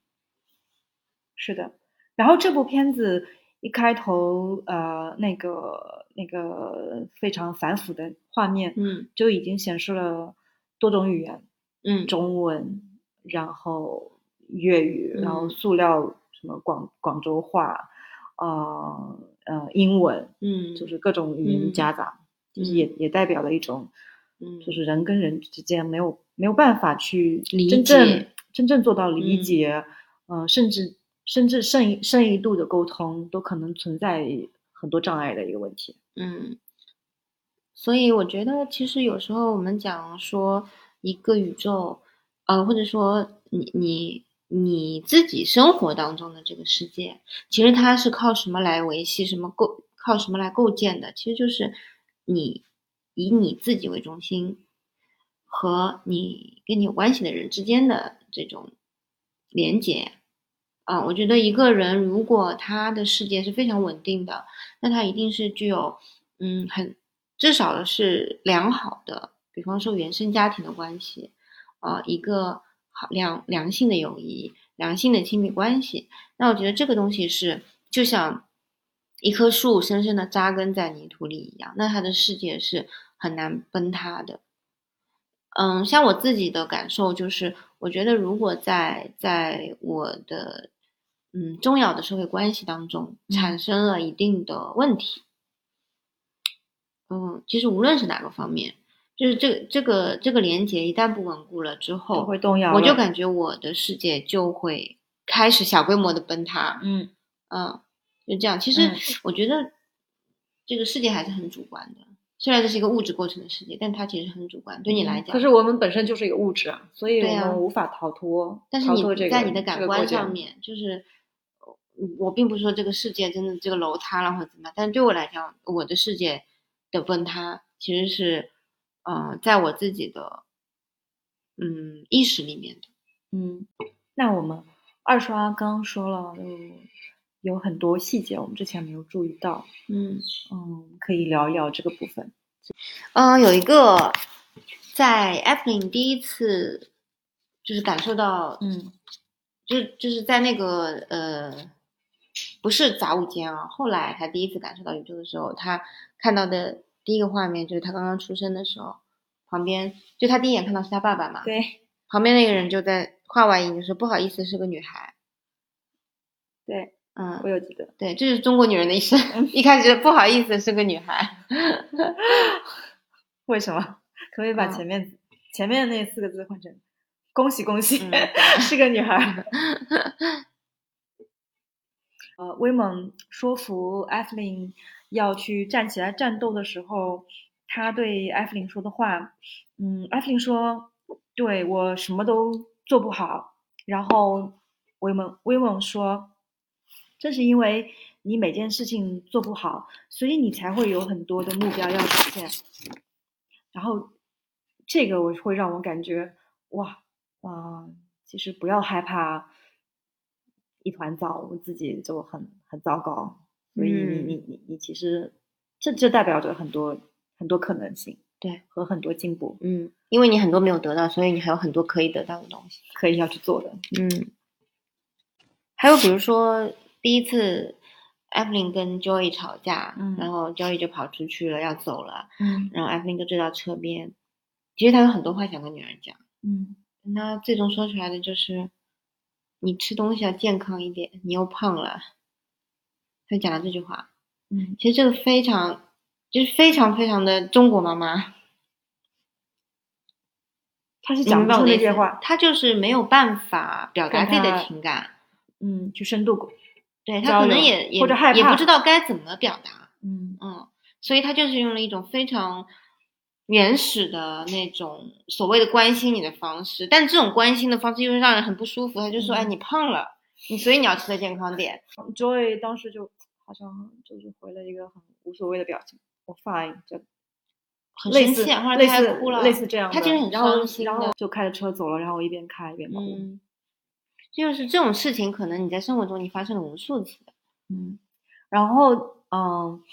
S2: 是的。然后这部片子一开头，呃，那个那个非常反腐的画面，
S1: 嗯
S2: 就已经显示了多种语言，
S1: 嗯
S2: 中文，然后粤语，然后
S1: 嗯
S2: 塑料什么广广州话，呃呃英文，
S1: 嗯，
S2: 就是各种语言
S1: 嗯
S2: 夹杂，就是也
S1: 嗯
S2: 也代表了一种，
S1: 嗯
S2: 就是人跟人之间没有没有办法去
S1: 理
S2: 真正
S1: 解
S2: 真正做到理
S1: 嗯
S2: 解，呃，甚至甚至深一深一度的沟通都可能存在很多障碍的一个问题。
S1: 嗯，所以我觉得，其实有时候我们讲说一个宇宙，呃，或者说你你你自己生活当中的这个世界，其实它是靠什么来维系，什么构，靠什么来构建的？其实就是你以你自己为中心，和你跟你有关系的人之间的这种连接。啊、我觉得一个人如果他的世界是非常稳定的，那它一定是具有嗯很至少的是良好的，比方说原生家庭的关系，呃，一个好良良性的友谊、良性的亲密关系。那我觉得这个东西是就像一棵树深深的扎根在泥土里一样，那它的世界是很难崩塌的。嗯，像我自己的感受就是，我觉得如果在在我的嗯重要的社会关系当中产生了一定的问题，嗯，其实无论是哪个方面，就是这个这个这个连接一旦不稳固了之
S2: 都
S1: 后，
S2: 会动摇了，
S1: 哦我就感觉我的世界就会开始小规模的崩塌。
S2: 嗯
S1: 嗯，就这样。其实
S2: 嗯
S1: 我觉得这个世界还是很主观的，虽然这是一个物质构成的世界，但它其实很主观。对你来讲，
S2: 嗯可是我们本身就是一个物质啊，所以
S1: 对
S2: 我
S1: 啊
S2: 们无法逃脱，
S1: 但是
S2: 逃
S1: 你
S2: 脱这个
S1: 在你的感官上，
S2: 这个构建
S1: 面，就是呃我并不是说这个世界真的这个楼塌了或者怎么样，但对我来讲，我的世界的崩塌其实是，呃，在我自己的嗯意识里面的。
S2: 嗯，那我们二刷刚刚说了，嗯，有很多细节我们之前没有注意到，
S1: 嗯。
S2: 嗯，可以聊一聊这个部分。
S1: 嗯，有一个在 Evelyn 第一次就是感受到，
S2: 嗯
S1: 就是就是在那个呃，不是杂物间啊，后来他第一次感受到宇宙的时候，他看到的第一个画面就是他刚刚出生的时候，旁边就他第一眼看到是他爸爸嘛，
S2: 对
S1: 旁边那个人就在画完影就说不好意思是个女孩，
S2: 对，我
S1: 嗯，
S2: 有记得，
S1: 对，这是中国女人的一生， <laughs> 一开始就不好意思是个女孩，
S2: 为什么？ <laughs> 可不可以把
S1: 嗯
S2: 前面、前面那四个字换成 <laughs> “恭喜恭喜”，
S1: 嗯
S2: 是个女孩儿。呃，威猛说服艾弗琳要去站起来战斗的时候，他对艾弗琳说的话，嗯，艾弗琳说：“对我什么都做不好。”然后威猛威猛说：“正是因为你每件事情做不好，所以你才会有很多的目标要实现。”然后这个我会让我感觉哇，嗯、呃，其实不要害怕。一团糟，我自己就很很糟糕，所以你你你你其实这这代表着很多很多可能性，
S1: 对，
S2: 和很多进步，
S1: 嗯，因为你很多没有得到，所以你还有很多可以得到的东西，
S2: 可以要去做的，
S1: 嗯。还有比如说第一次 a p p l i n 跟 Joy 吵架，
S2: 嗯
S1: 然后 Joy 就跑出去了，要走了，
S2: 嗯
S1: 然后 a p p l i n 就追到车边，其实他有很多话想跟女人讲，
S2: 嗯
S1: 但他最终说出来的就是。你吃东西要健康一点，你又胖了。他就讲了这句话，
S2: 嗯，
S1: 其实这个非常，就是非常非常的中国妈妈，
S2: 他是
S1: 你明
S2: 讲不
S1: 白我
S2: 出
S1: 的
S2: 那
S1: 意
S2: 些
S1: 思
S2: 话，，
S1: 嗯她就是没有办法表达
S2: 跟
S1: 自己
S2: 她
S1: 的情感，
S2: 嗯，去深度过，
S1: 对她
S2: 交
S1: 可能
S2: 流
S1: 也也
S2: 或者害
S1: 也
S2: 怕
S1: 不知道该怎么表达，
S2: 嗯
S1: 嗯，所以她就是用了一种非常原始的那种所谓的关心你的方式，但这种关心的方式又是让人很不舒服，她就说，哎，
S2: 嗯
S1: 你胖了，你所以你要吃的健康点，
S2: ，Joy 当时就好像就是回了一个很无所谓的表情，我 fine，就
S1: 很
S2: 类
S1: 生
S2: 似
S1: 气啊，后来
S2: 类
S1: 她还
S2: 似
S1: 哭了，
S2: 类似这样的，
S1: 她其实很
S2: 然后
S1: 伤心
S2: 然
S1: 的
S2: 后就开着车走了，然后我一边开一边哭，
S1: 嗯，就是这种事情，可能你在生活中你发生了无数次的。
S2: 嗯，然后嗯，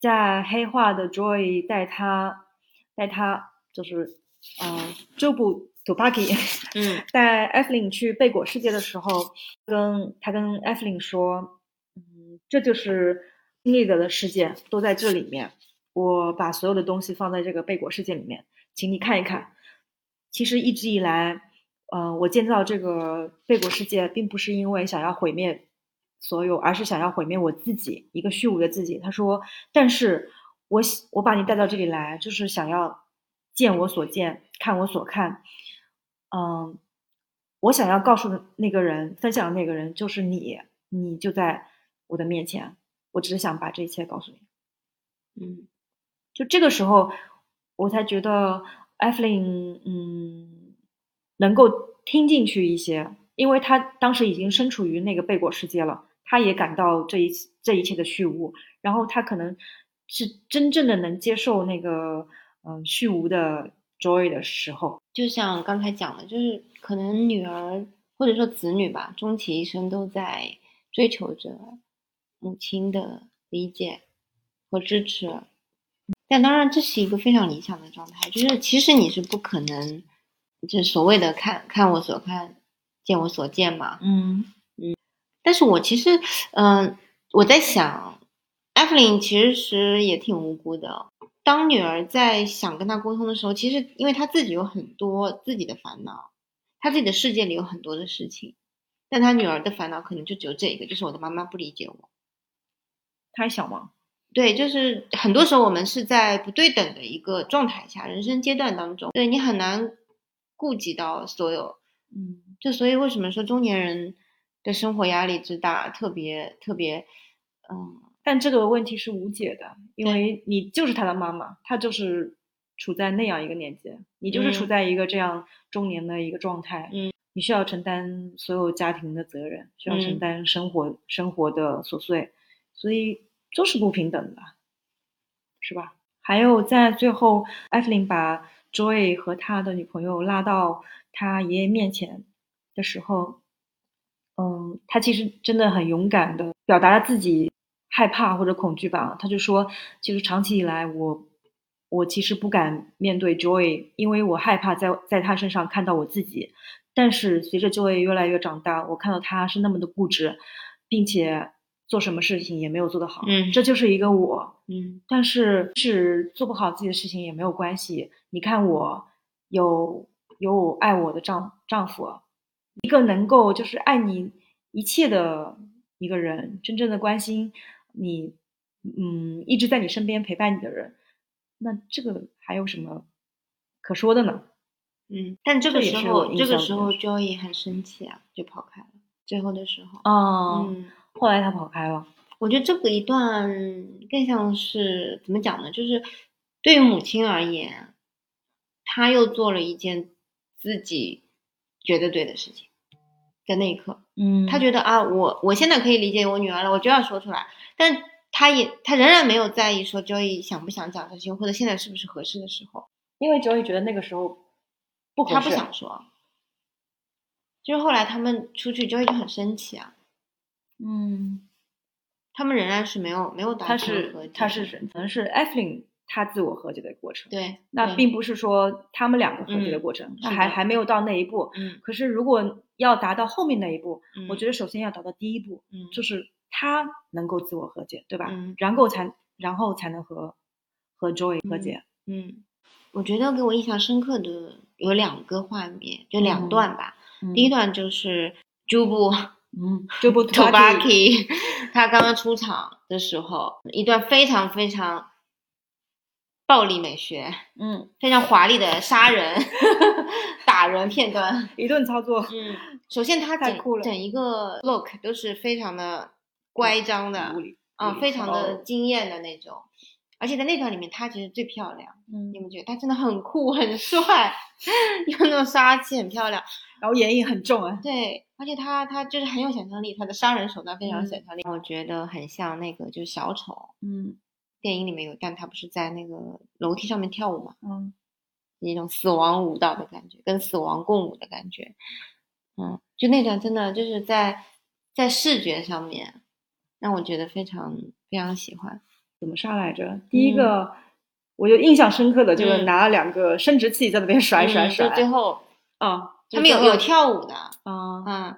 S2: 在黑化的 Joy 带他带他就是嗯 j o b Topaki <laughs>
S1: 嗯
S2: 带 Evelyn 去贝果世界的时候，跟他跟 Evelyn 说，嗯，这就是经历的世界都在这里面，我把所有的东西放在这个贝果世界里面，请你看一看。其实一直以来，呃，我建造这个贝果世界，并不是因为想要毁灭所有，而是想要毁灭我自己，一个虚无的自己。他说：“但是我喜我把你带到这里来，就是想要见我所见，看我所看。嗯，我想要告诉的那个人，分享的那个人就是你，你就在我的面前。我只是想把这一切告诉你。”
S1: 嗯
S2: 就这个时候，我才觉得艾弗琳，嗯，能够听进去一些，因为他当时已经身处于那个贝果世界了，他也感到这一这一切的虚无，然后他可能是真正的能接受那个嗯、呃虚无的 joy 的时候，
S1: 就像刚才讲的，就是可能女儿或者说子女吧，终其一生都在追求着母亲的理解和支持。但当然，这是一个非常理想的状态，就是其实你是不可能，就是所谓的看看我所看，见我所见嘛。
S2: 嗯
S1: 但是我其实，嗯、我在想，艾弗琳其实也挺无辜的。当女儿在想跟她沟通的时候，其实因为她自己有很多自己的烦恼，她自己的世界里有很多的事情，但她女儿的烦恼可能就只有这一个，就是我的妈妈不理解我。
S2: 太小嘛，
S1: 对，就是很多时候我们是在不对等的一个状态下，人生阶段当中，对你很难顾及到所有
S2: 嗯
S1: 就所以为什么说中年人的生活压力之大，特别特别，嗯，
S2: 但这个问题是无解的，因
S1: 对
S2: 为你就是他的妈妈，他就是处在那样一个年纪，你就是处
S1: 嗯
S2: 在一个这样中年的一个状态，
S1: 嗯，
S2: 你需要承担所有家庭的责任，需要
S1: 嗯
S2: 承担生活、生活的琐碎，所以就是不平等的，是吧？还有在最后，艾弗琳把 Joy 和他的女朋友拉到他爷爷面前的时候，嗯，他其实真的很勇敢的表达了自己害怕或者恐惧吧。他就说，其实长期以来我。我其实不敢面对 Joy，因为我害怕在在他身上看到我自己。但是随着 Joy 越来越长大，我看到他是那么的固执，并且做什么事情也没有做得好。
S1: 嗯
S2: 这就是一个我。
S1: 嗯
S2: 但是是做不好自己的事情也没有关系。你看我有有我爱我的丈丈夫，啊一个能够就是爱你一切的一个人，真正的关心你，嗯，一直在你身边陪伴你的人，那这个还有什么可说的呢？
S1: 嗯。但这
S2: 这
S1: 个
S2: 也
S1: 时
S2: 是我
S1: 候，
S2: 印
S1: 这个
S2: 象
S1: 时
S2: 里
S1: 候
S2: 面
S1: Joy 很生气啊，就跑开了。最后的时候，
S2: 啊、
S1: 嗯，
S2: 后来他跑开了。
S1: 我觉得这个一段更像是怎么讲呢？就是对于母亲而言，她又做了一件自己觉得对的事情的那一刻，
S2: 嗯
S1: 她觉得啊，我我现在可以理解我女儿了，我就要说出来，但她也她仍然没有在意说 Joey 想不想讲这些，或者现在是不是合适的时候，
S2: 因为 Joey 觉得那个时候不合适，
S1: 她不想说。就是后来他们出去，Joey 就很生气啊，
S2: 嗯，
S1: 他们仍然是没有没有达
S2: 他
S1: 成和
S2: 是
S1: 解
S2: 他是可能是 Evelyn 他自我和解的过程，
S1: 对，
S2: 那
S1: 对嗯
S2: 并不是说他们两个和解的过程，他
S1: 是
S2: 还
S1: 的
S2: 还没有到那一步。
S1: 嗯，
S2: 可是如果要达到后面那一步，嗯我觉
S1: 得
S2: 得首先要达到第一步，
S1: 嗯
S2: 就是他能够自我和解，对吧？
S1: 嗯
S2: 然后才然后才能和和 Joey 和解。
S1: 嗯，我觉得给我印象深刻的有两个画面，就两
S2: 嗯
S1: 段吧。第一
S2: 段，
S1: 段就是朱布
S2: 嗯，
S1: <laughs>
S2: 就不
S1: t o b a k i 他刚刚出场的时候，一段非常非常暴力美学、
S2: 嗯，
S1: 非常华丽的杀人、 <laughs> 打人片段。
S2: 一顿操作，
S1: 嗯，首先他
S2: 太
S1: 整
S2: 酷了
S1: 整一个 look 都是非常的乖张的，
S2: 无理
S1: 啊，非常的
S2: 哦
S1: 惊艳的那种。而且在那段里面，她其实最漂亮，
S2: 嗯
S1: 你，们觉得她真的很酷、很帅， <laughs> 有那种杀气，很漂亮。
S2: 然后演绎很重啊，
S1: 对，而且她她就是很有想象力，她的杀人手段非常有
S2: 嗯
S1: 想象力，我觉得很像那个就是小丑
S2: 嗯
S1: 电影里面有，但她不是在那个楼梯上面跳舞嘛，
S2: 嗯，
S1: 一种死亡舞蹈的感觉，跟死亡共舞的感觉。嗯，就那段真的就是在在视觉上面让我觉得非常非常喜欢。
S2: 怎么上来着？第一个。我就印象深刻的就是
S1: 嗯
S2: 拿了两个生殖器在那边甩甩
S1: 嗯
S2: 甩
S1: 就最后
S2: 啊！
S1: 他们有有跳舞的，
S2: 啊
S1: 嗯，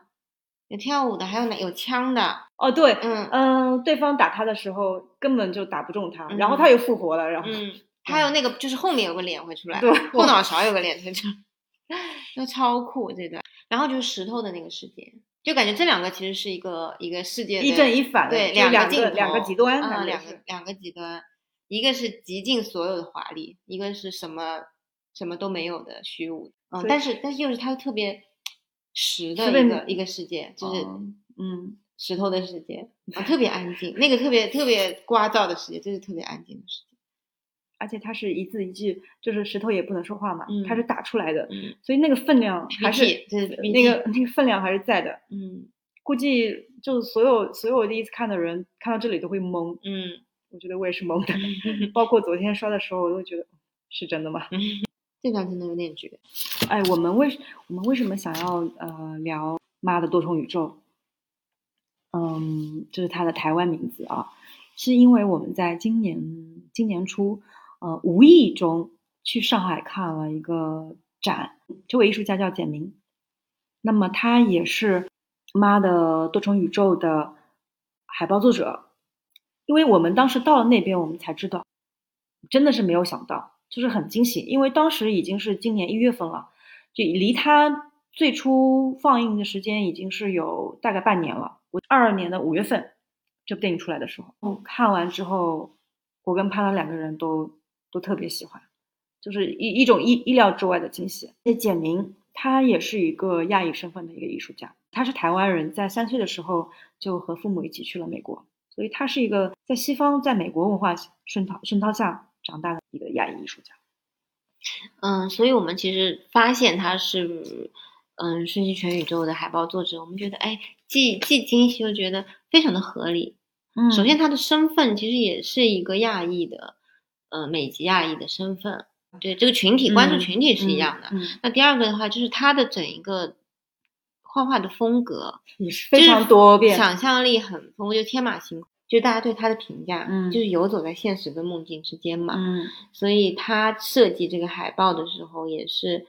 S1: 有跳舞的，还有哪有枪的，
S2: 哦对，
S1: 嗯
S2: 嗯，对方打他的时候根本就打不中他，然后
S1: 嗯
S2: 他又复活了，然后
S1: 嗯，还有那个就是后面有个脸会出来，
S2: 对
S1: 后脑勺有个脸会出来，就超酷这段。然后就是石头的那个世界，就感觉这两个其实是一个一个世界的
S2: 一正一反的，
S1: 对
S2: 就
S1: 两
S2: 两
S1: 镜
S2: 个
S1: 头
S2: 两个极端，
S1: 啊，
S2: 感觉
S1: 两
S2: 是
S1: 个两个极端，一个是极尽所有的华丽，一个是什么什么都没有的虚无，嗯
S2: 所，以
S1: 但是但是又是它特别实的
S2: 特别
S1: 一
S2: 美哦
S1: 个一个世界，就是。
S2: 嗯，
S1: 石头的世界啊，特别安静，那个特别特别聒噪的世界，就是特别安静的世界。
S2: 而且它是一字一句，就是石头也不能说话嘛，
S1: 嗯
S2: 它是打出来的，
S1: 嗯
S2: 所以那个分量还是
S1: BT 这是 BT
S2: 那个那个分量还是在的。
S1: 嗯
S2: 估计就是所有所有第一次看的人看到这里都会懵，
S1: 嗯，
S2: 我觉得我也是懵
S1: <laughs>
S2: 的，包括昨天刷的时候，我都觉得哦是真的吗？
S1: 这段真的有点绝。
S2: 哎，我们为我们为什么想要呃聊《妈的多重宇宙》？嗯，这是它的台湾名字啊，是因为我们在今年今年初，呃，无意中去上海看了一个展，这位艺术家叫简明，那么他也是《妈的多重宇宙》的海报作者，因为我们当时到了那边，我们才知道，真的是没有想到，就是很惊喜，因为当时已经是今年一月份了，就离它最初放映的时间已经是有大概半年了。我二二年的五月份，这部电影出来的时候，我看完之后，我跟潘兰两个人都都特别喜欢，就是一一种意意料之外的惊喜。那简明他也是一个亚裔身份的一个艺术家，他是台湾人，在三岁的时候就和父母一起去了美国，所以他是一个在西方在美国文化熏陶熏陶下长大的一个亚裔艺术家。
S1: 嗯，所以我们其实发现他是嗯《瞬息全宇宙》的海报作者，我们觉得哎，既既惊喜又觉得非常的合理。
S2: 嗯
S1: 首先，他的身份其实也是一个亚裔的，呃，美籍亚裔的身份。对这个群体，关注
S2: 嗯
S1: 群体是一样的。
S2: 嗯
S1: 那第二个的话，就是他的整一个画画的风格，
S2: 也是
S1: 就
S2: 非
S1: 是
S2: 常多变。
S1: 想象力很丰富，就天马行空。就大家对他的评价，
S2: 嗯
S1: 就是游走在现实跟梦境之间嘛。
S2: 嗯
S1: 所以他设计这个海报的时候，也是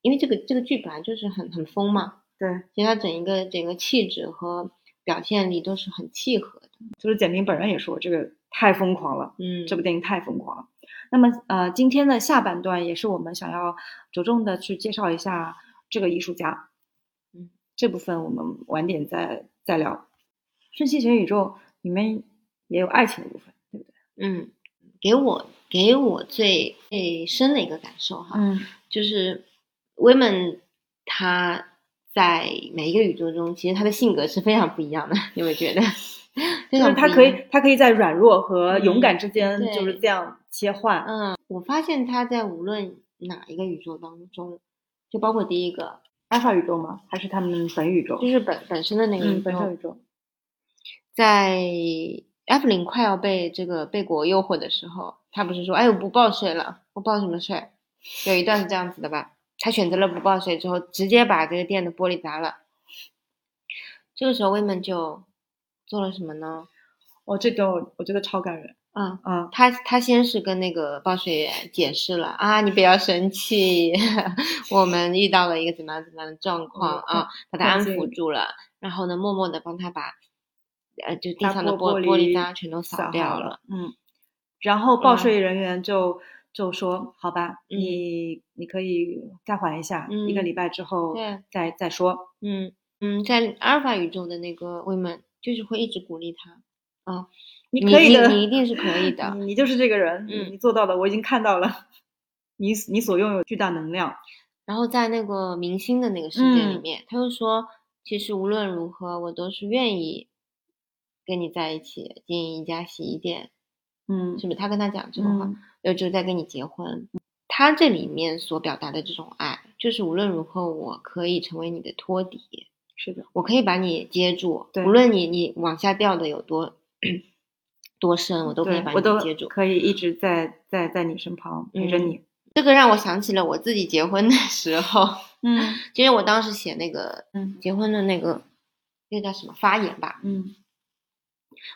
S1: 因为这个这个剧本来就是很很疯嘛，
S2: 对，
S1: 其实他整一个整个气质和表现力都是很契合的。
S2: 就是简明本人也说，这个太疯狂了，
S1: 嗯，
S2: 这部电影太疯狂了。那么呃，今天的下半段也是我们想要着重的去介绍一下这个艺术家。
S1: 嗯，
S2: 这部分我们晚点再再聊。《瞬息全宇宙》里面也有爱情的部分，对不对？
S1: 嗯，给我给我最
S2: 啊
S1: 最深的一个感受哈，
S2: 嗯
S1: 就是 Women 他在每一个宇宙中，其实他的性格是非常不一样的，你有没有觉得？ <laughs> 非
S2: 就是
S1: 常
S2: 他
S1: 不一
S2: 可
S1: 样
S2: 以，他可以在软弱和勇敢之间
S1: 嗯对
S2: 就是这样切换。
S1: 嗯，我发现他在无论哪一个宇宙当中，就包括第一个，
S2: 阿法宇宙吗？还是他们本宇宙？
S1: 就是本本身的那个宇
S2: 嗯，
S1: 宙，
S2: 本上宇宙。
S1: 在艾弗林快要被这个贝果诱惑的时候，他不是说：“哎，我不报税了，我报什么税？”有一段是这样子的吧？他选择了不报税之后，直接把这个店的玻璃砸了。这个时候，威门就做了什么呢？
S2: 哦，这段我我觉得超感人
S1: 嗯，
S2: 啊！
S1: 他他先是跟那个报税员解释了啊，你不要生气， <laughs> 我们遇到了一个怎么样怎么样的状况
S2: 嗯
S1: 啊，把他
S2: 靠
S1: 安
S2: 近
S1: 抚住了，然后呢，默默的帮他把呃就地
S2: 打
S1: 上的
S2: 破
S1: 玻
S2: 玻璃
S1: 璃渣全都扫
S2: 好
S1: 掉
S2: 了，嗯。然后报
S1: 嗯
S2: 税人员就就说：“好吧，
S1: 嗯
S2: 你你可以再缓一下，一个
S1: 嗯
S2: 礼拜之后
S1: 对
S2: 再再说。
S1: 嗯嗯，在阿尔法宇宙的那个 women 就是会一直鼓励他，
S2: 你可以的，
S1: 你一定是可
S2: <laughs>
S1: 以的。
S2: 你你就是这个人，你
S1: 嗯
S2: 你做到的，我已经看到了，你你所拥有巨大能量。
S1: 然后在那个明星的那个事件里
S2: 嗯
S1: 面，他又说，其实无论如何，我都是愿意跟你在一起经营一家洗衣店，
S2: 嗯
S1: 是不是？他跟他讲这个话，
S2: 嗯
S1: 又就在跟你结婚。他这里面所表达的这种爱，就是无论如何，我可以成为你的托底，
S2: 是的，
S1: 我可以把你接住，
S2: 对
S1: 无论你你往下掉的有多多深，我都可以
S2: 对
S1: 把，
S2: 我都
S1: 你接住。
S2: 可以一直在在在你身旁陪着
S1: 嗯
S2: 你。
S1: 这个让我想起了我自己结婚的时候，
S2: 嗯
S1: 其实我当时写那个
S2: 嗯
S1: 结婚的那个那个叫什么发言吧，
S2: 嗯，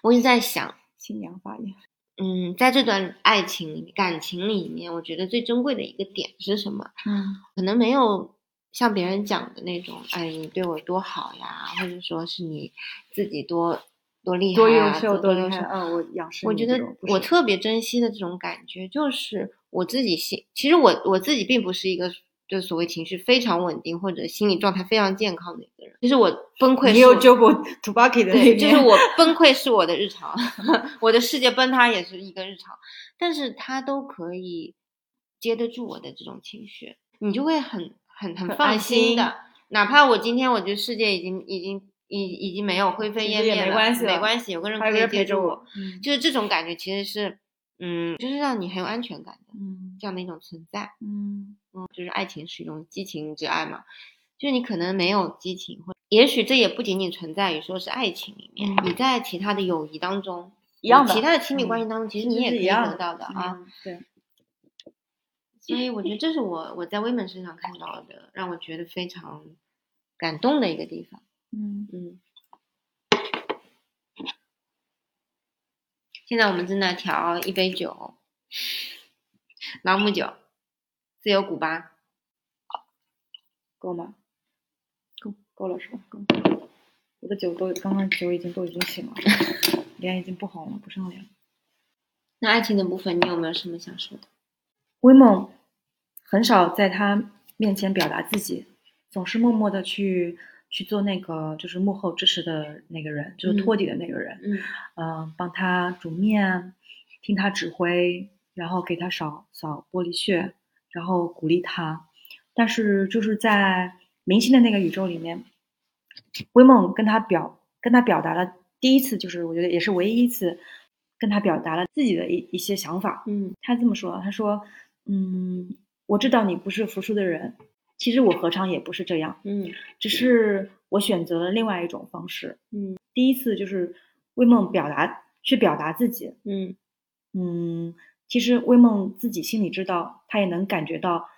S1: 我一直在想，
S2: 新娘发言。
S1: 嗯，在这段爱情里面、感情里面，我觉得最珍贵的一个点是什么？
S2: 嗯
S1: 可能没有像别人讲的那种，哎，你对我多好呀，或者说是你自己多多厉害、啊、
S2: 多优秀，
S1: 多
S2: 厉
S1: 优
S2: 害
S1: 秀。
S2: 啊！我仰视
S1: 我
S2: 你
S1: 觉
S2: 这
S1: 得
S2: 种不
S1: 我
S2: 是
S1: 特别珍惜的这种感觉，就是我自己心，其实我我自己并不是一个就是所谓情绪非常稳定或者心理状态非常健康的一个人，就是我崩溃
S2: 你
S1: 是
S2: 有
S1: 我
S2: j o b t u b a k i 的那
S1: 对，
S2: 边
S1: 就是我崩溃是我的日常， <laughs> 我的世界崩塌也是一个日常，但是他都可以接得住我的这种情绪，你就会很很很
S2: 很
S1: 放
S2: 安
S1: 心的
S2: 心，
S1: 哪怕我今天我觉得世界已经已经已已经没有灰飞
S2: 其
S1: 烟
S2: 实也
S1: 灭
S2: 没
S1: 了，
S2: 关系
S1: 没
S2: 了
S1: 关系，有个人
S2: 还有
S1: 可
S2: 个
S1: 以
S2: 人陪
S1: 接
S2: 着
S1: 住
S2: 我嗯
S1: 我，，就是这种感觉其实是，嗯，就是让你很有安全感的
S2: 嗯
S1: 这样的一种存在。
S2: 嗯
S1: 嗯，就是爱情是一种激情之爱嘛，就是你可能没有激情，或也许这也不仅仅存在于说是爱情里面，你在其他的友谊当中，
S2: 嗯一样的
S1: 其他的亲密关
S2: 嗯
S1: 系当中，其实
S2: 其
S1: 你
S2: 实
S1: 也
S2: 是
S1: 可
S2: 一
S1: 以
S2: 样
S1: 得
S2: 的
S1: 到的啊。
S2: 啊，对，
S1: 所以我觉得这是我我在 women 身上看到的，让我觉得非常感动的一个地方。
S2: 嗯，
S1: 嗯。现在我们正在调一杯酒，朗姆酒，自由古巴。
S2: 够吗？够够了是吧？够。我的酒都刚刚酒已经都已经 <laughs> 醒了，脸已经不红了，不上脸了。
S1: 那爱情的部分，你有没有什么想说的？
S2: 威猛很少在他面前表达自己，总是默默的去去做那个就是幕后支持的那个人，就是
S1: 嗯
S2: 托底的那个人。
S1: 嗯
S2: 嗯，帮他煮面，听他指挥，然后给他扫扫玻璃屑，然后鼓励他。但是就是在明星的那个宇宙里面，威梦跟他表跟他表达了第一次，就是我觉得也是唯一一次跟他表达了自己的一一些想法。
S1: 嗯
S2: 他这么说，他说：“嗯，我知道你不是服输的人，其实我何尝也不是这样。
S1: 嗯
S2: 只是我选择了另外一种方式。
S1: 嗯，
S2: 第一次就是为梦表达，去表达自己。
S1: 嗯
S2: 嗯，其实威梦自己心里知道，他也能感觉到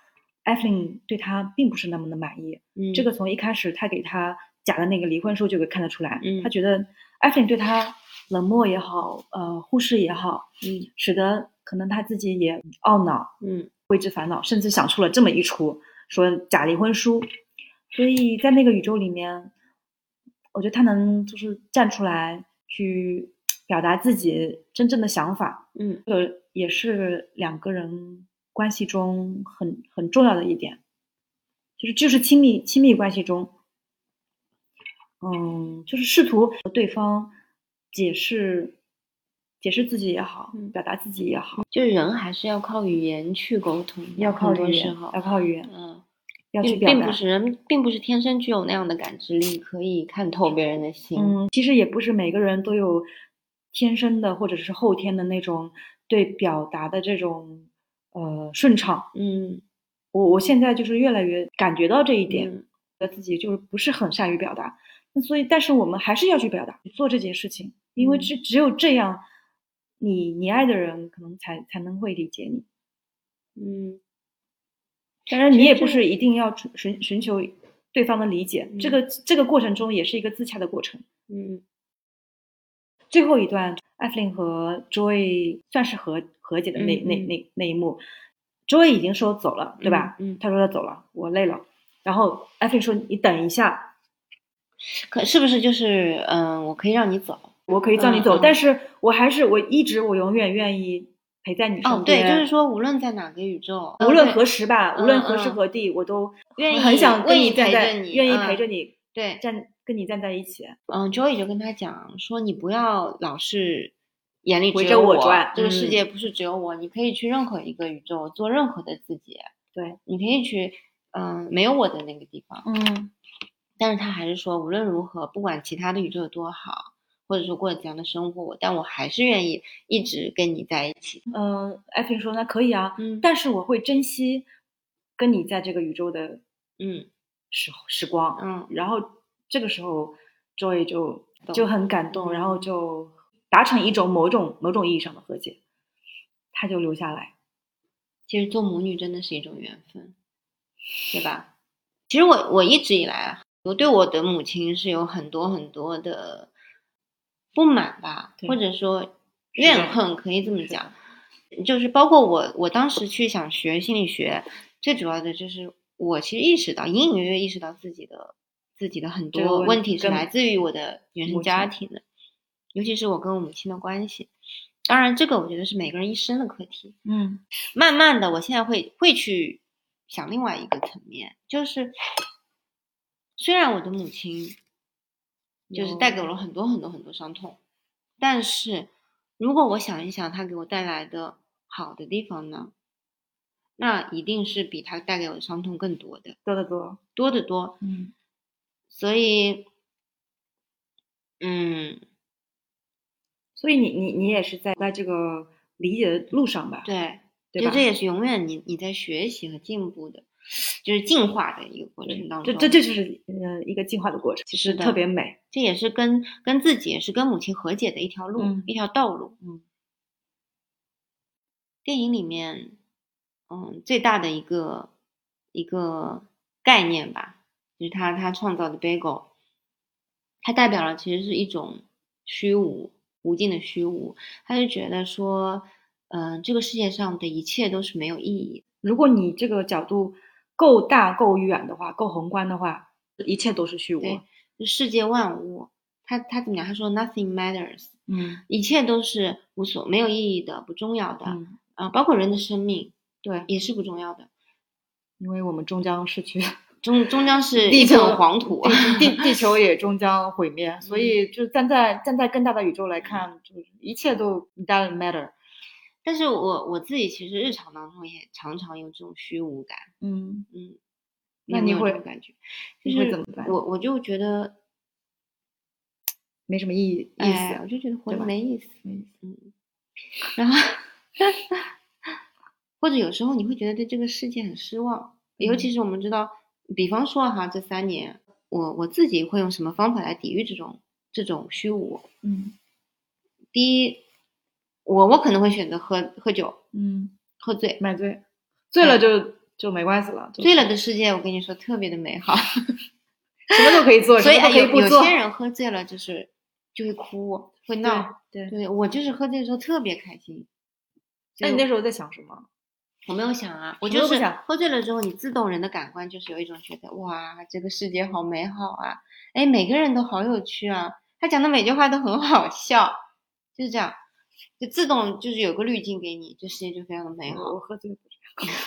S2: 艾弗琳对他并不是那么的满意。
S1: 嗯，
S2: 这个从一开始他给他假的那个离婚书就可以看得出来，
S1: 嗯
S2: 他觉得艾弗琳对他冷漠也好，呃，忽视也好，
S1: 嗯
S2: 使得可能他自己也懊恼，
S1: 嗯
S2: 为之烦恼，甚至想出了这么一出，说假离婚书。所以在那个宇宙里面，我觉得他能就是站出来去表达自己真正的想法，
S1: 嗯
S2: 这个也是两个人关系中很很重要的一点，就是就是亲密亲密关系中，嗯，就是试图和对方解释解释自己也好，
S1: 嗯
S2: 表达自己也好，
S1: 就人还是要靠语言去沟通的，
S2: 要靠
S1: 很多
S2: 语
S1: 时
S2: 言
S1: 候，
S2: 要靠语言。
S1: 嗯
S3: 要去
S1: 并
S3: 表
S1: 并
S3: 达
S1: 不。是人，并不是天生具有那样的感知力，可以看透别人的心。
S3: 嗯，
S2: 其实也不是每个人都有天生的或者是后天的那种对表达的这种呃顺畅。
S1: 嗯，
S2: 我我现在就是越来越感觉到这一点，
S1: 嗯
S2: 觉得自己就是不是很善于表达。那所以，但是我们还是要去表达，做这件事情，因为
S1: 嗯
S2: 只只有这样，你你爱的人可能才才能会理解你。
S1: 嗯，
S2: 当然，你也不
S1: 这
S2: 是一定要寻寻寻求对方的理解，这
S1: 嗯
S2: 个这个过程中也是一个自洽的过程。
S1: 嗯，
S2: 最后一段，艾弗琳和 Joy 算是和和解的那、
S1: 嗯
S2: 那
S1: 嗯
S2: 那那一幕，Joy 已经说走了，对吧？
S1: 嗯嗯
S2: 他说他走了，我累了。然后艾弗琳说：“你等一下，
S1: 可是不是就是嗯，我可以让你走？
S2: 我可以叫你
S1: 嗯
S2: 走，
S1: 嗯
S2: 但是我还是我一直我永远愿意陪在你
S1: 哦
S2: 身，
S1: 对，
S2: 边。
S1: 就是说，无论在哪个宇宙，
S2: 无论
S1: 嗯
S2: 何时吧，
S1: 嗯
S2: 无论何时
S1: 嗯
S2: 何地，我都
S1: 愿意
S2: 很想跟
S1: 愿意
S2: 站
S1: 陪
S2: 在，
S1: 着你
S2: 愿意
S1: 嗯
S2: 陪着你
S1: 对，对
S2: 站，跟你站在一起。
S1: 嗯，Joy 就跟他讲说，你不要老是眼里
S2: 围
S1: 只
S2: 着
S1: 有
S2: 我转
S1: 这个世
S2: 嗯
S1: 界不是只有我，你可以去任何一个宇宙做任何的自己，
S2: 对，
S1: 你可以去嗯没有我的那个地方。
S2: 嗯
S1: 但是他还是说，无论如何，不管其他的宇宙有多好，或者说过怎样的生活，但我还是愿意一直跟你在一起。
S2: 嗯，艾弗琳说：“那可以啊，
S1: 嗯
S2: 但是我会珍惜跟你在这个宇宙的
S1: 嗯
S2: 时候时光。
S1: 嗯
S2: 然后这个时候，Joy 就
S1: 懂
S2: 就很感动，
S1: 嗯
S2: 然后就达成一种某种某种意义上的和解，他就留下来。
S1: 其实做母女真的是一种缘分，对吧？其实我我一直以来啊，我对我的母亲是有很多很多的不满吧，
S2: 对
S1: 或者说
S2: 是的
S1: 怨恨，可以这么
S2: 是的
S1: 讲。就是包括我，我当时去想学心理学，最主要的就是我其实意识到，隐隐约约意识到自己的自己的很
S2: 这个
S1: 多
S2: 问
S1: 问题是
S2: 根
S1: 来自于我的原
S2: 母
S1: 生家
S2: 亲
S1: 庭的，尤其是我跟我母亲的关系。当然，这个我觉得是每个人一生的课题。
S2: 嗯
S1: 慢慢的，我现在会会去想另外一个层面，就是虽然我的母亲就是带给
S2: 哦
S1: 我了很多很多很多伤痛，但是如果我想一想她给我带来的好的地方呢，那一定是比她带给我的伤痛更多的，
S2: 多得多。
S1: 多得多。
S2: 嗯
S1: 所以，嗯，
S2: 所以你你你也是在在这个理解的路上吧？
S1: 对，
S2: 对
S1: 就
S2: 吧？
S1: 这也是永远你你在学习和进步的，就是进化的一个过程当
S2: 这
S1: 中。
S2: 这这就是呃一个进化的过程，其
S1: 是
S2: 实
S1: 的
S2: 特别美。
S1: 这也是跟跟自己，也是跟母亲和解的一条路，
S2: 嗯
S1: 一条道路。
S2: 嗯，
S1: 电影里面，嗯，最大的一个一个概念吧，就是他他创造的 bagel，它代表了其实是一种虚无，无尽的虚无。他就觉得说，嗯、这个世界上的一切都是没有意义的
S2: 如果你这个角度够大、够远的话，够宏观的话，一切都是虚无。啊
S1: 对就世界万物，他他怎么讲？他说 nothing matters，
S2: 嗯
S1: 一切都是无所没有意义的、不重要的啊、
S2: 嗯，
S1: 包括人的生命
S2: 对，
S1: 也是不重要的，
S2: 因为我们终将失去，
S1: 终终将是
S2: 地
S1: 一
S2: 球
S1: 片黄土。
S2: 地地球也终将毁灭，
S1: 嗯
S2: 所以就站在站在更大的宇宙来看，就是一切都 doesn't matter。
S1: <laughs> 但是我我自己其实日常当中也常常有这种虚无感，
S2: 嗯，
S1: 嗯，
S2: 那
S1: 有没
S2: 你
S1: 有
S2: 会
S1: 这种感觉？就
S2: 你
S1: 是
S2: 会怎么办
S1: 我我就觉得
S2: 没什么意义意
S1: 哎，
S2: 思
S1: 我。就觉得活
S2: 对
S1: 着
S2: 吧
S1: 没意思，
S2: 没意
S1: 嗯，然后或者有时候你会觉得对这个世界很失望，尤
S2: 嗯
S1: 其是我们知道，比方说哈，这三年我我自己会用什么方法来抵御这种这种虚无？
S2: 嗯
S1: 第一，我我可能会选择喝喝酒，
S2: 嗯，
S1: 喝醉，
S2: 买醉，醉了就就没关系了，就
S1: 哎醉了的世界，我跟你说特别的美好，
S2: 什么都可以做，
S1: <laughs> 所以
S2: 什么
S1: 哎
S2: 都可以
S1: 有
S2: 不
S1: 有
S2: 做。
S1: 些人喝醉了就是就会哭会闹，
S2: 对，对
S1: 对我就是喝醉的时候特别开心。
S2: 那你
S1: 就
S2: 那时候在想什么？
S1: 我没有想啊，我
S2: 什
S1: 就
S2: 么都不
S1: 是
S2: 想
S1: 喝醉了之后，你自动人的感官就是有一种觉得哇，这个世界好美好啊，哎，每个人都好有趣啊，他讲的每句话都很好笑，就是这样，就自动就是有个滤镜给你，这世界就非常的美
S2: 我
S1: 好。
S2: 我喝醉了不是，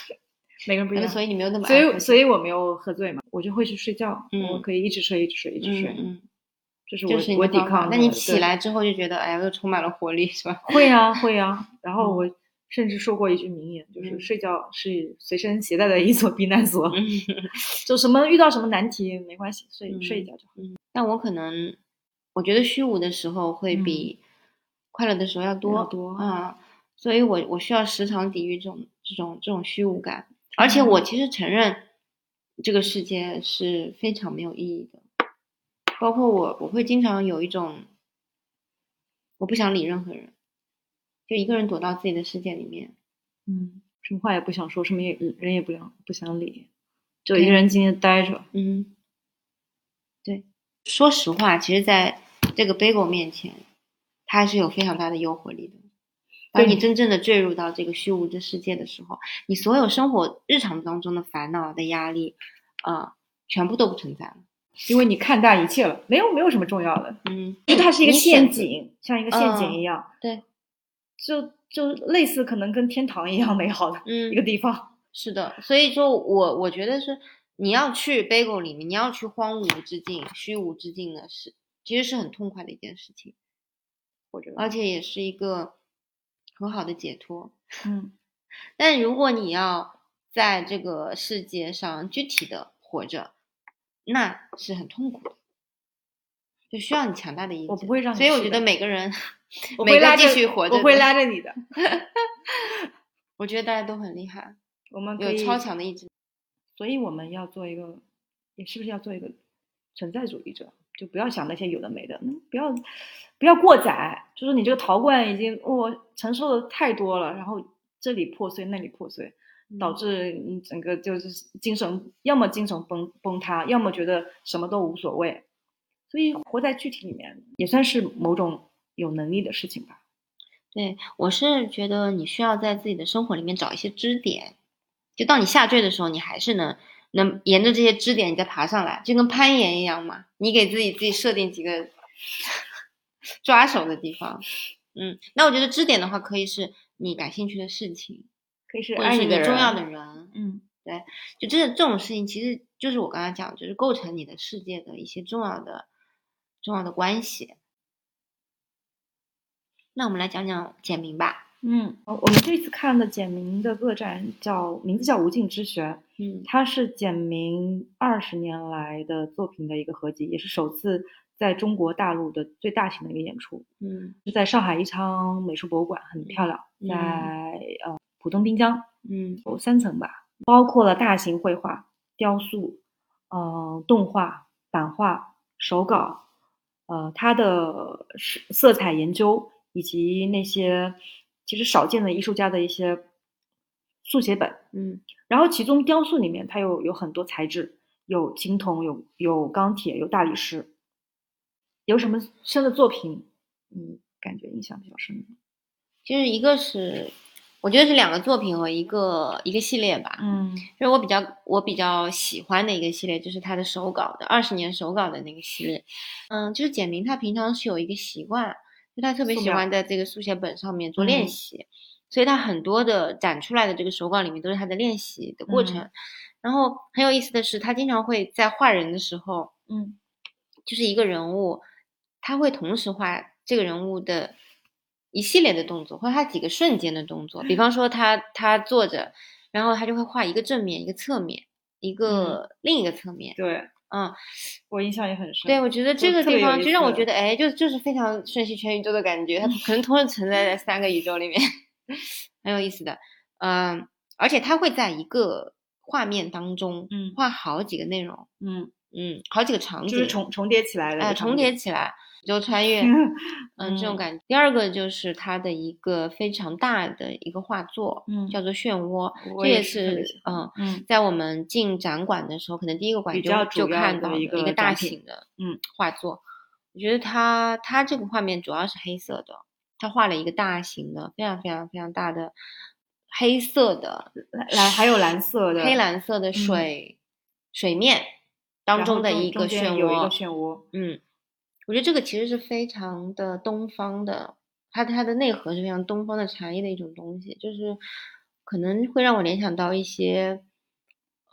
S2: <laughs> 每个人不
S1: 可能
S2: 一样。
S1: 呃所以你没有那么
S2: 嗯所
S1: 爱
S2: 以
S1: 喝
S2: 所
S1: 酒
S2: 以我没有喝醉嘛，我就会去睡觉，我
S1: 嗯
S2: 可以一直睡，一直睡，一直睡，
S1: 嗯
S2: 这
S1: 嗯，
S2: 是我、
S1: 就是你
S2: 我
S1: 的
S2: 抵
S1: 方法
S2: 抗的。
S1: 那你起
S2: 对
S1: 来之后就觉得哎呀，又充满了活力，是吧？ <laughs>
S2: 会啊会啊，然后
S1: 嗯
S2: 我甚至说过一句名言，就是睡觉是随身携带的一所避难
S1: 嗯
S2: 所， <laughs> 就什么遇到什么难题没关系，睡、
S1: 嗯
S2: 睡一觉就好。
S1: 但我可能我觉得虚无的时候会比快乐的时候要多
S2: 要多嗯
S1: 啊，所以我我需要时常抵御这种这种这种虚无感，而且我其实承认这个世界是非常没有意义的，包括我我会经常有一种我不想理任何人，就一个人躲到自己的世界里面，
S2: 嗯，什么话也不想说，什么也人也不想不想理，就一个人静静待着。
S1: 嗯，对，说实话，其实在这个 bagel 面前，它还是有非常大的诱惑力的。当
S2: 对
S1: 你真正的坠入到这个虚无的世界的时候，你所有生活日常当中的烦恼的压力，啊、全部都不存在了。
S2: 因为你看淡一切了，没有没有什么重要的，
S1: 嗯，
S2: 就它是一个
S1: 你
S2: 陷
S1: 选
S2: 阱，像一个陷
S1: 嗯
S2: 阱一样，
S1: 对，
S2: 就就类似可能跟天堂一样美好的
S1: 嗯
S2: 一个地方。
S1: 是的，所以说我我觉得是你要去 bagel 里面，你要去荒芜之境、虚无之境的是，其实是很痛快的一件事情，
S2: 我觉得，
S1: 而且也是一个很好的解脱。
S2: 嗯，
S1: 但如果你要在这个世界上具体的活着，那是很痛苦的，就需要你强大的意志。
S2: 我不会让你
S1: 所以我
S2: 去
S1: 觉
S2: 的
S1: 得每个人，
S2: 我
S1: 每
S2: 会
S1: 个
S2: 拉
S1: 继
S2: 着
S1: 续活着
S2: 我会
S1: 的
S2: 拉着你的。
S1: 我觉得大家都很厉害，
S2: 我们可
S1: 有
S2: 以
S1: 超强的意志。
S2: 所以我们要做一个，也是不是要做一个存在主义者？就不要想那些有的没的，嗯，不要不要过载，就是你这个陶罐已经我、承受的太多了，然后这里破碎那里破碎，导致你整个就是精神，要么精神崩崩塌，要么觉得什么都无所谓。所以活在具体里面也算是某种有能力的事情吧。
S1: 对我是觉得你需要在自己的生活里面找一些支点，就当你下坠的时候，你还是能能沿着这些支点你再爬上来，就跟攀岩一样嘛。你给自己自己设定几个 <laughs> 抓手的地方，嗯，那我觉得支点的话，可以是你感兴趣的事情，
S2: 可以是
S1: 或者
S2: 爱
S1: 是
S2: 你
S1: 你重要
S2: 人
S1: 的，人，
S2: 嗯，
S1: 就这这种事情，其实就是我刚才讲，就是构成你的世界的一些重要的、重要的关系。那我们来讲讲简明吧，
S2: 嗯，呃我们这次看的简明的个展叫名字叫《无尽之学》，
S1: 嗯
S2: 它是简明二十年来的作品的一个合集，也是首次在中国大陆的最大型的一个演出，
S1: 嗯
S2: 是在上海宜昌美术博物馆，很漂亮，
S1: 嗯
S2: 在、呃浦东滨江
S1: 嗯
S2: 有三层吧，包括了大型绘画、雕塑、呃动画、版画、手稿，呃它的色色彩研究以及那些其实少见的艺术家的一些速写本。
S1: 嗯
S2: 然后其中雕塑里面它有有很多材质，有青铜，有有钢铁，有大理石。有什么深的作品，嗯，感觉印象比较深的？
S1: 就是一个是，我觉得是两个作品和一个一个系列吧。
S2: 嗯
S1: 就是我比较我比较喜欢的一个系列，就是他的手稿的二十年手稿的那个系列。嗯，就是简明他平常是有一个习惯，就他特别
S2: 素
S1: 喜
S2: 描
S1: 欢在这个速写本上面做
S2: 嗯
S1: 练习，所以他很多的展出来的这个手稿里面都是他的练习的过程。
S2: 嗯
S1: 然后很有意思的是，他经常会在画人的时候，
S2: 嗯
S1: 就是一个人物，他会同时画这个人物的一系列的动作，或者他几个瞬间的动作。比方说他他坐着，然后他就会画一个正面、一个侧面、一个、另一个侧面。
S2: 嗯对
S1: 嗯，
S2: 我印象也很深。
S1: 对，我觉得这
S2: 就
S1: 个
S2: 特
S1: 地
S2: 别有
S1: 方
S2: 意
S1: 就让我
S2: 思
S1: 觉得，哎，就就是非常瞬息全宇宙的感觉，它可能同时存在在三个宇宙里面， <laughs> 很有意思的。嗯，而且他会在一个画面当中
S2: 嗯
S1: 画好几个内容，
S2: 嗯，
S1: 嗯，好几个场景，
S2: 就是重重叠起来的一
S1: 哎，
S2: 个场
S1: 重叠
S2: 景。
S1: 起来，宇宙穿
S2: <laughs>
S1: 越，嗯，这种
S2: 嗯
S1: 感觉。第二个就是他的一个非常大的一个画作，
S2: 嗯
S1: 叫做《漩涡》，
S2: 我
S1: 这
S2: 也
S1: 也
S2: 是特别喜
S1: 是嗯，
S2: 嗯
S1: 在我们进展馆的时候，可能第一个馆
S2: 比
S1: 就
S2: 较
S1: 就
S2: 主要
S1: 看
S2: 的
S1: 到
S2: 一
S1: 一
S2: 个
S1: 个大
S2: 展品
S1: 型的
S2: 嗯
S1: 画作。我觉得他他这个画面主要是黑色的，他画了一个大型的，非常非常非常大的黑色的
S2: 蓝还有蓝色的
S1: 黑蓝色的水、水面当
S2: 嗯然后
S1: 中的
S2: 中
S1: 一个
S2: 中间
S1: 漩
S2: 有一个
S1: 涡，
S2: 漩涡。
S1: 嗯，我觉得这个其实是非常的东方的，它它的内核是非常东方的禅意的一种东西，就是呃可能会让我联想到一些，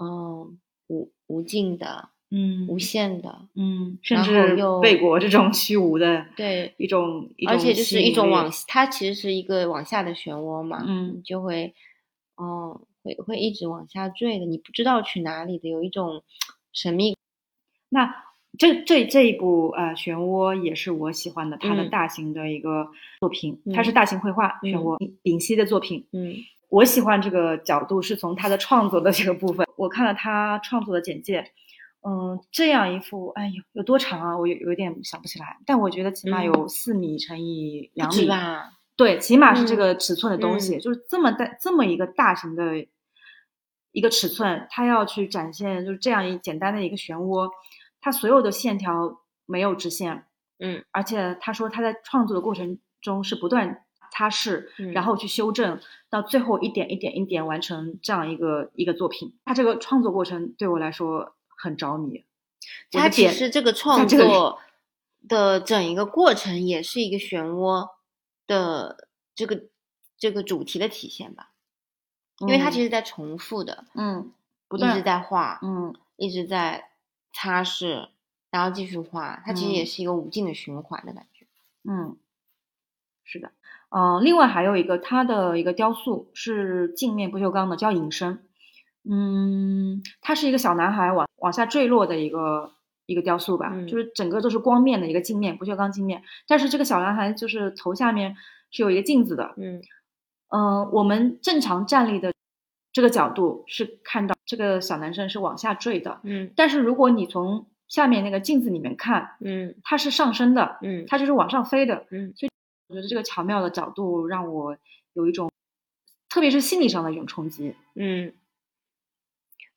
S1: 嗯、无无尽的，
S2: 嗯
S1: 无限的，
S2: 嗯，
S1: 然
S2: 甚
S1: 后
S2: 至
S1: 又
S2: 背过这种虚无的
S1: 对，
S2: 一种，一
S1: 而
S2: 种
S1: 且就是
S2: 吸
S1: 一
S2: 引
S1: 种
S2: 力
S1: 往，它其实是一个往下的漩涡嘛，
S2: 嗯
S1: 你就会，嗯，会会一直往下坠的，你不知道去哪里的，有一种神秘
S2: 那这这这一部呃漩涡也是我喜欢的，它的
S1: 嗯
S2: 大型的一个作品，它是
S1: 嗯
S2: 大型绘画
S1: 嗯
S2: 漩涡，丙烯的作品。
S1: 嗯
S2: 我喜欢这个角度是从他的创作的这个部分，我看了他创作的简介，嗯，这样一幅，哎呦，有多长啊？我有有点想不起来，但我觉得起码
S1: 嗯
S2: 有四米乘以两
S1: 不止
S2: 米，
S1: 吧，
S2: 对，起码是
S1: 嗯
S2: 这个尺寸的东西，就是这么大这么一个大型的一个尺寸，它要去展现就是这样一简单的一个漩涡，它所有的线条没有直线，
S1: 嗯，
S2: 而且他说他在创作的过程中是不断擦拭，
S1: 嗯
S2: 然后去修正，到最后一点一点一点完成这样一个一个作品。他这个创作过程对我来说很着迷，我
S1: <laughs> 它
S2: 的
S1: 其
S2: 点
S1: 实这个创
S2: 这个
S1: 作的整一个过程也是一个漩涡的这个这个主题的体现吧，因为它其
S2: 嗯
S1: 实在重复的，
S2: 嗯不
S1: 一直
S2: 断
S1: 在画，
S2: 嗯
S1: 一直在擦拭，然后继续画，它其实也
S2: 嗯
S1: 是一个无尽的循环的感觉。
S2: 嗯，是的，嗯、另外还有一个他的一个雕塑是镜面不锈钢的，叫隐身。嗯，它是一个小男孩往往下坠落的一个一个雕塑吧，
S1: 嗯
S2: 就是整个都是光面的一个镜面，不锈钢镜面。但是这个小男孩就是头下面是有一个镜子的，
S1: 嗯
S2: 嗯，我们正常站立的这个角度是看到这个小男生是往下坠的，
S1: 嗯
S2: 但是如果你从下面那个镜子里面看，
S1: 嗯
S2: 它是上升的，
S1: 嗯
S2: 它就是往上飞的，
S1: 嗯
S2: 我觉得这个巧妙的角度让我有一种，特别是心理上的一种冲击。
S1: 嗯，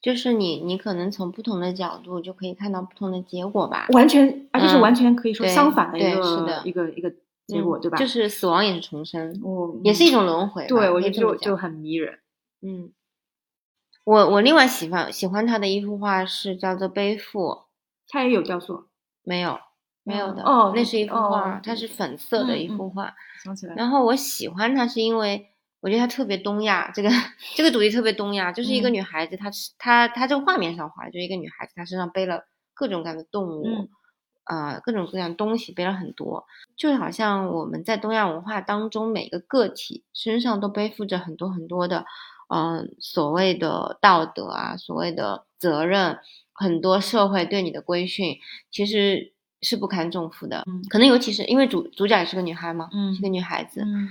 S1: 就是你你可能从不同的角度就可以看到不同的结果吧。
S2: 完全，而且是
S1: 嗯
S2: 完全可以说
S1: 对
S2: 相反的一
S1: 对
S2: 个、
S1: 是的
S2: 一个一个结果，
S1: 嗯
S2: 对吧？
S1: 就是死亡也是重生，嗯
S2: 我
S1: 也是一
S2: 种，
S1: 种轮回吧。
S2: 对我
S1: 可
S2: 觉
S1: 以
S2: 得
S1: 这么
S2: 就
S1: 讲
S2: 就很迷人。
S1: 嗯，我我另外喜欢喜欢他的一幅画是叫做《背负》，
S2: 它也有雕塑，
S1: 没有没有的
S2: 哦
S1: 那是一幅
S2: 哦
S1: 画，它是粉色的一
S2: 嗯嗯
S1: 幅画。
S2: 想起来了，
S1: 然后我喜欢她是因为我觉得她特别东亚，这个这个主题特别东亚，就是一个
S2: 嗯
S1: 女孩子，她是她她这个画面上画的就是一个女孩子，她身上背了各种各样的动物，
S2: 嗯
S1: 呃，各种各样的东西背了很多，就好像我们在东亚文化当中，每个个体身上都背负着很多很多的，嗯、所谓的道德啊，所谓的责任，很多社会对你的规训，其实是不堪重负的。
S2: 嗯
S1: 可能尤其是因为主主角也是个女孩嘛，是个
S2: 嗯
S1: 女孩子，
S2: 嗯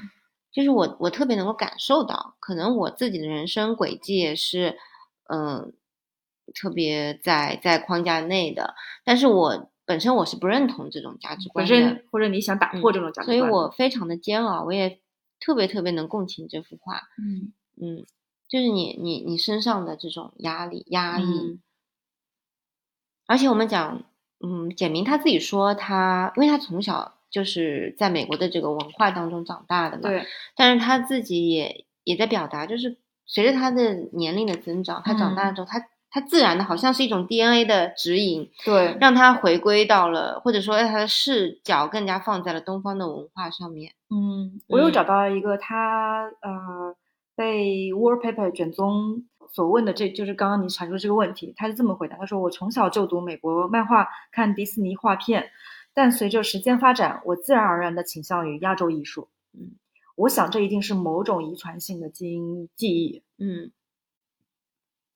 S1: 就是我我特别能够感受到，可能我自己的人生轨迹也是，嗯、特别在在框架内的，但是我本身我是不认同这种价值观
S2: 本
S1: 的，
S2: 身或者你想打破
S1: 嗯
S2: 这种价值
S1: 所
S2: 观
S1: 以
S2: 的，
S1: 我非常的煎熬，我也特别特别能共情这幅画，
S2: 嗯
S1: 嗯，就是你你你身上的这种压力压抑，
S2: 嗯
S1: 而且我们讲，嗯，简明他自己说他，因为他从小就是在美国的这个文化当中长大的嘛，
S2: 对，
S1: 但是他自己也也在表达，就是随着他的年龄的增长，他长大之后，他他自然的好像是一种 DNA 的指引，
S2: 对，
S1: 让他回归到了，或者说让他的视角更加放在了东方的文化上面。
S2: 嗯，我又
S1: 嗯
S2: 找到一个他呃被 Wallpaper 卷宗所问的这，就是刚刚你阐述这个问题，他是这么回答：他说我从小就读美国漫画，看迪士尼画片，但随着时间发展，我自然而然的倾向于亚洲艺术。嗯，我想这一定是某种遗传性的基因记忆。
S1: 嗯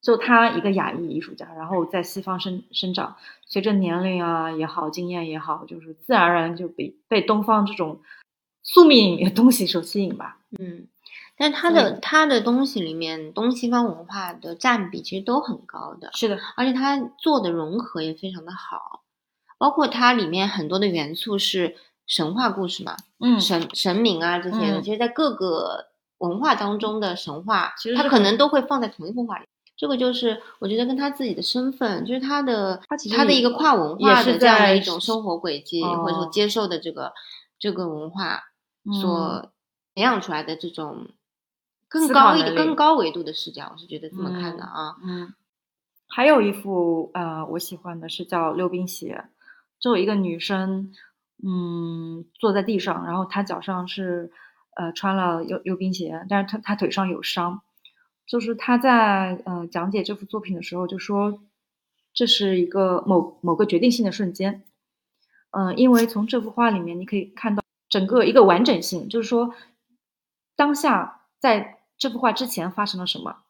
S2: 就他一个亚裔艺术家，然后在西方生生长，随着年龄啊也好，经验也好，就是自然而然就被被东方这种宿命里的东西所吸引吧。
S1: 嗯，但他的
S2: 嗯
S1: 他的东西里面，东西方文化的占比其实都很高的，
S2: 是的，
S1: 而且它做的融合也非常的好，包括它里面很多的元素是神话故事嘛，
S2: 嗯
S1: 神神明啊这些的，
S2: 嗯
S1: 其实在各个文化当中的神话，
S2: 其实
S1: 它
S2: 是
S1: 可
S2: 很
S1: 能都会放在同一幅画里。这个就是我觉得跟他自己的身份，就是他的
S2: 他其实
S1: 他的
S2: 也
S1: 一个跨文
S2: 也
S1: 化
S2: 是
S1: 的这样
S2: 在
S1: 的一种生活轨迹，或者说
S2: 哦
S1: 接受的这个这个文化
S2: 嗯
S1: 所培养出来的这种更
S2: 思考
S1: 高一
S2: 能力
S1: 更高维度的视角，我是觉得这么看的啊。
S2: 嗯，还有一幅呃，我喜欢的是叫《溜冰鞋》，就有一个女生，嗯，坐在地上，然后她脚上是呃穿了溜溜冰鞋，但是她她腿上有伤，就是她在呃讲解这幅作品的时候就说，这是一个某某个决定性的瞬间。嗯、呃，因为从这幅画里面你可以看到整个一个完整性，就是说当下在这幅画之前发生了什么，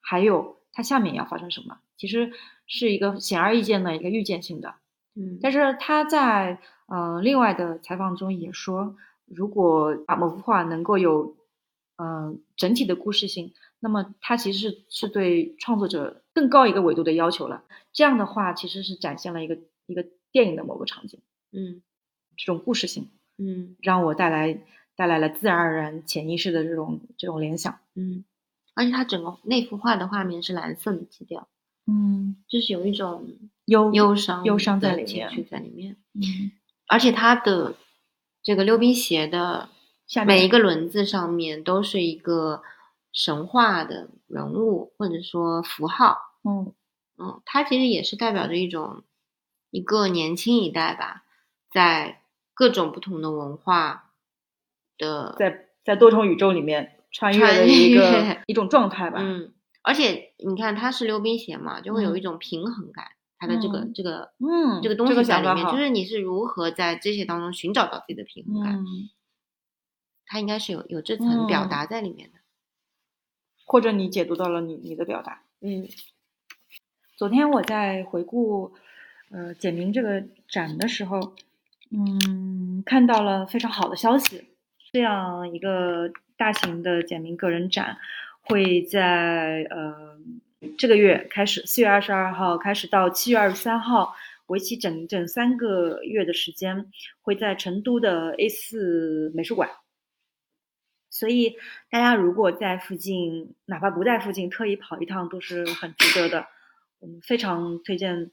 S2: 还有它下面要发生什么，其实是一个显而易见的一个预见性的。
S1: 嗯，
S2: 但是他在呃另外的采访中也说，如果把某幅画能够有嗯、呃、整体的故事性，那么它其实是是对创作者更高一个维度的要求了。这样的话，其实是展现了一个一个电影的某个场景，
S1: 嗯
S2: 这种故事性
S1: 嗯
S2: 让我带来带来了自然而然潜意识的这种这种联想。
S1: 嗯，而且它整个那幅画的画面是蓝色的基调，
S2: 嗯，
S1: 就是有一种
S2: 忧
S1: 忧伤
S2: 忧伤在
S1: 的
S2: 里
S1: 情
S2: 面
S1: 绪在里面，
S2: 嗯，
S1: 而且它的这个溜冰鞋的
S2: 下面
S1: 每一个轮子上面都是一个神话的人物或者说符号，
S2: 嗯
S1: 嗯，它其实也是代表着一种一个年轻一代吧，在各种不同的文化的
S2: 在在多重宇宙里面穿越的一
S1: 穿
S2: 个
S1: 越
S2: 一种状态吧。
S1: 嗯，而且你看它是溜冰鞋嘛，就会有一种平衡感。它的这个、
S2: 嗯
S1: 这个
S2: 嗯，
S1: 这个东西在
S2: 想
S1: 里
S2: 法
S1: 面，
S2: 好
S1: 就是你是如何在这些当中寻找到自己的平衡感，
S2: 嗯，
S1: 它应该是有有这层表达在里面的。
S2: 或者你解读到了你你的表达。
S1: 嗯
S2: 昨天我在回顾呃简明这个展的时候，嗯，看到了非常好的消息，这样一个大型的简明个人展会在呃这个月开始，四月二十二号开始到七月二十三号。为期整整三个月的时间，会在成都的 A 四美术馆所以大家如果在附近，哪怕不在附近，特意跑一趟都是很值得的。我们非常推荐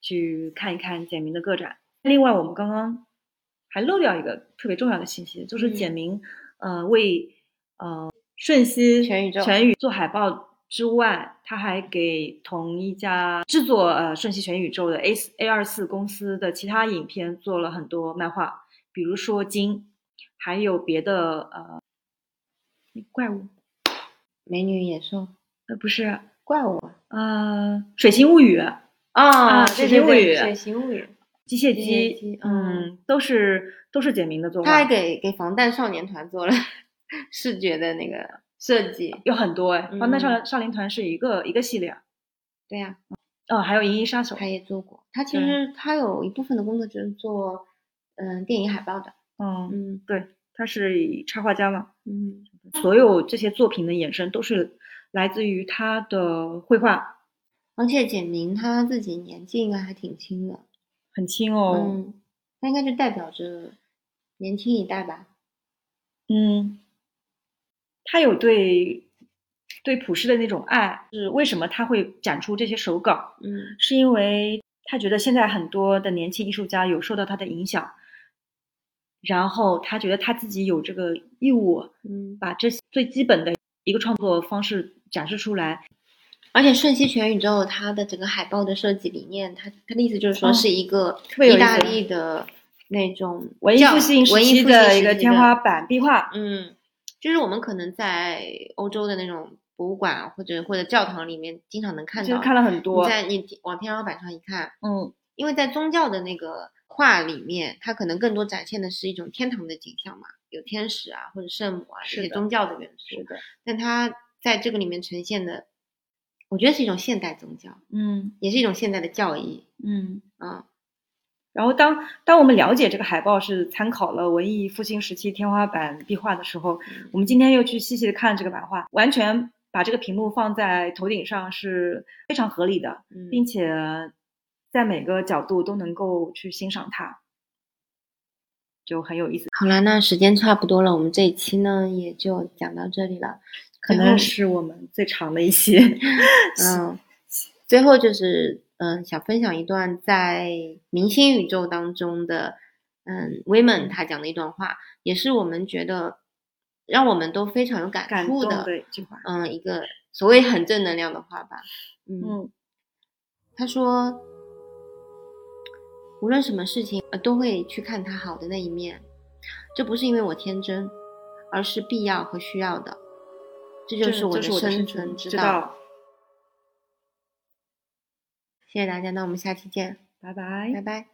S2: 去看一看简明的个展。另外，我们刚刚还漏掉一个特别重要的信息，就是
S1: 嗯
S2: 简明、呃为呃瞬息
S1: 全宇宙
S2: 全宇做海报之外，他还给同一家制作呃瞬息全宇宙的 A A 二四公司的其他影片做了很多漫画，比如说《金》，还有别的呃怪物
S1: 美女野兽
S2: 呃不是
S1: 怪物啊
S2: 呃《水星物语》《
S1: 啊，
S2: 水
S1: 对
S2: 形物
S1: 对
S2: 语
S1: 对水形物语，
S2: 机械
S1: 机械
S2: 姬》
S1: 姬
S2: 嗯都是都是简明的作
S1: 他还
S2: 画，
S1: 给给防弹少年团做了 <laughs> 视觉的那个设计。
S2: 有很多哎，《防弹少
S1: 嗯
S2: 少年团》是一个一个系列，
S1: 对呀、
S2: 哦还有《银翼杀手
S1: 他》也做过。他其
S2: 对
S1: 实他有一部分的工作就是做嗯电影海报的。
S2: 嗯，
S1: 嗯
S2: 对，他是以插画家嘛，
S1: 嗯
S2: 所有这些作品的衍生都是来自于他的绘画，
S1: 而且简明他自己年纪应该还挺轻的，
S2: 很轻哦。
S1: 嗯，他应该就代表着年轻一代吧。
S2: 嗯，他有对对朴实的那种爱，是为什么他会展出这些手稿？
S1: 嗯
S2: 是因为他觉得现在很多的年轻艺术家有受到他的影响，然后他觉得他自己有这个义务
S1: 嗯，
S2: 把这最基本的一个创作方式展示出来。
S1: 而且《瞬息全宇宙》它的整个海报的设计理念，它它的意思就是说
S2: 嗯
S1: 是一个
S2: 别有
S1: 意
S2: 意
S1: 大
S2: 思
S1: 利的那种
S2: 文艺
S1: 教
S2: 复兴时
S1: 文艺
S2: 期
S1: 复兴
S2: 的
S1: 时
S2: 一个
S1: 期
S2: 天
S1: 的
S2: 花板壁画，
S1: 嗯，就是我们可能在欧洲的那种博物馆或者或者教堂里面经常能看
S2: 其实
S1: 到。
S2: 看了很
S1: 你
S2: 多。
S1: 在你往天花板上一看，
S2: 嗯，
S1: 因为在宗教的那个画里面，它可能更多展现的是一种天堂的景象嘛，有天使啊或者圣母啊
S2: 是
S1: 这些
S2: 的
S1: 宗教的元素。
S2: 的，
S1: 但它在这个里面呈现的，我觉得是一种现代宗教，
S2: 嗯
S1: 也是一种现代的教义。
S2: 嗯。
S1: 嗯
S2: 然后当当我们了解这个海报是参考了文艺复兴时期天花板壁画的时候，
S1: 嗯
S2: 我们今天又去细细的看这个版画，完全把这个屏幕放在头顶上是非常合理的，
S1: 嗯，
S2: 并且在每个角度都能够去欣赏它，就很有意思。
S1: 好啦，那时间差不多了，我们这一期呢也就讲到这里了。
S2: 可
S1: 最后
S2: 能是我们最长的一期，
S1: 嗯，最后就是嗯，想分享一段在明星宇宙当中的嗯，Women 她讲的一段话，也是我们觉得让我们都非常有感
S2: 感
S1: 触
S2: 动
S1: 的，
S2: 的一句话。
S1: 嗯，一个所谓很正能量的话吧。嗯，
S2: 嗯
S1: 她说，无论什么事情，呃都会去看它好的那一面，这不是因为我天真，而是必要和需要的。这就
S2: 这
S1: 是我的
S2: 这是我
S1: 生
S2: 的生
S1: 存之
S2: 之道。
S1: 谢谢大家，那我们下期见，
S2: 拜拜
S1: 拜。拜。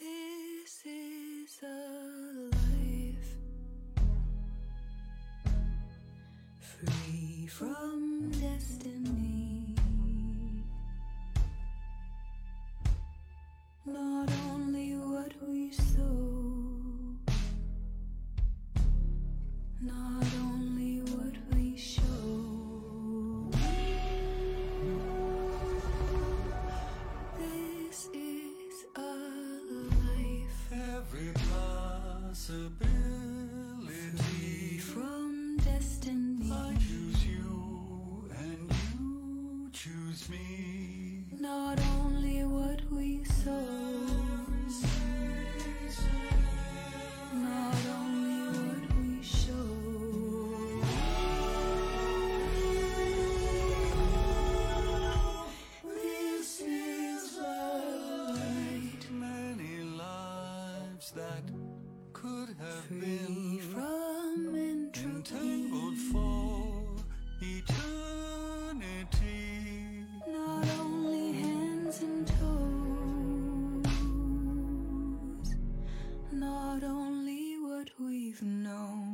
S4: This is a life free from destiny. Not only what we sow, not only what we show. This is a life
S5: Every possibility.
S4: from destiny.
S5: I choose you and you choose me.
S4: Not only what we sow, not only what we show. This is the light
S5: Many lives that could have
S4: free
S5: been
S4: from
S5: entangled
S4: entropy.
S5: for eternity.
S4: Not only hands and toes, not only what we've known.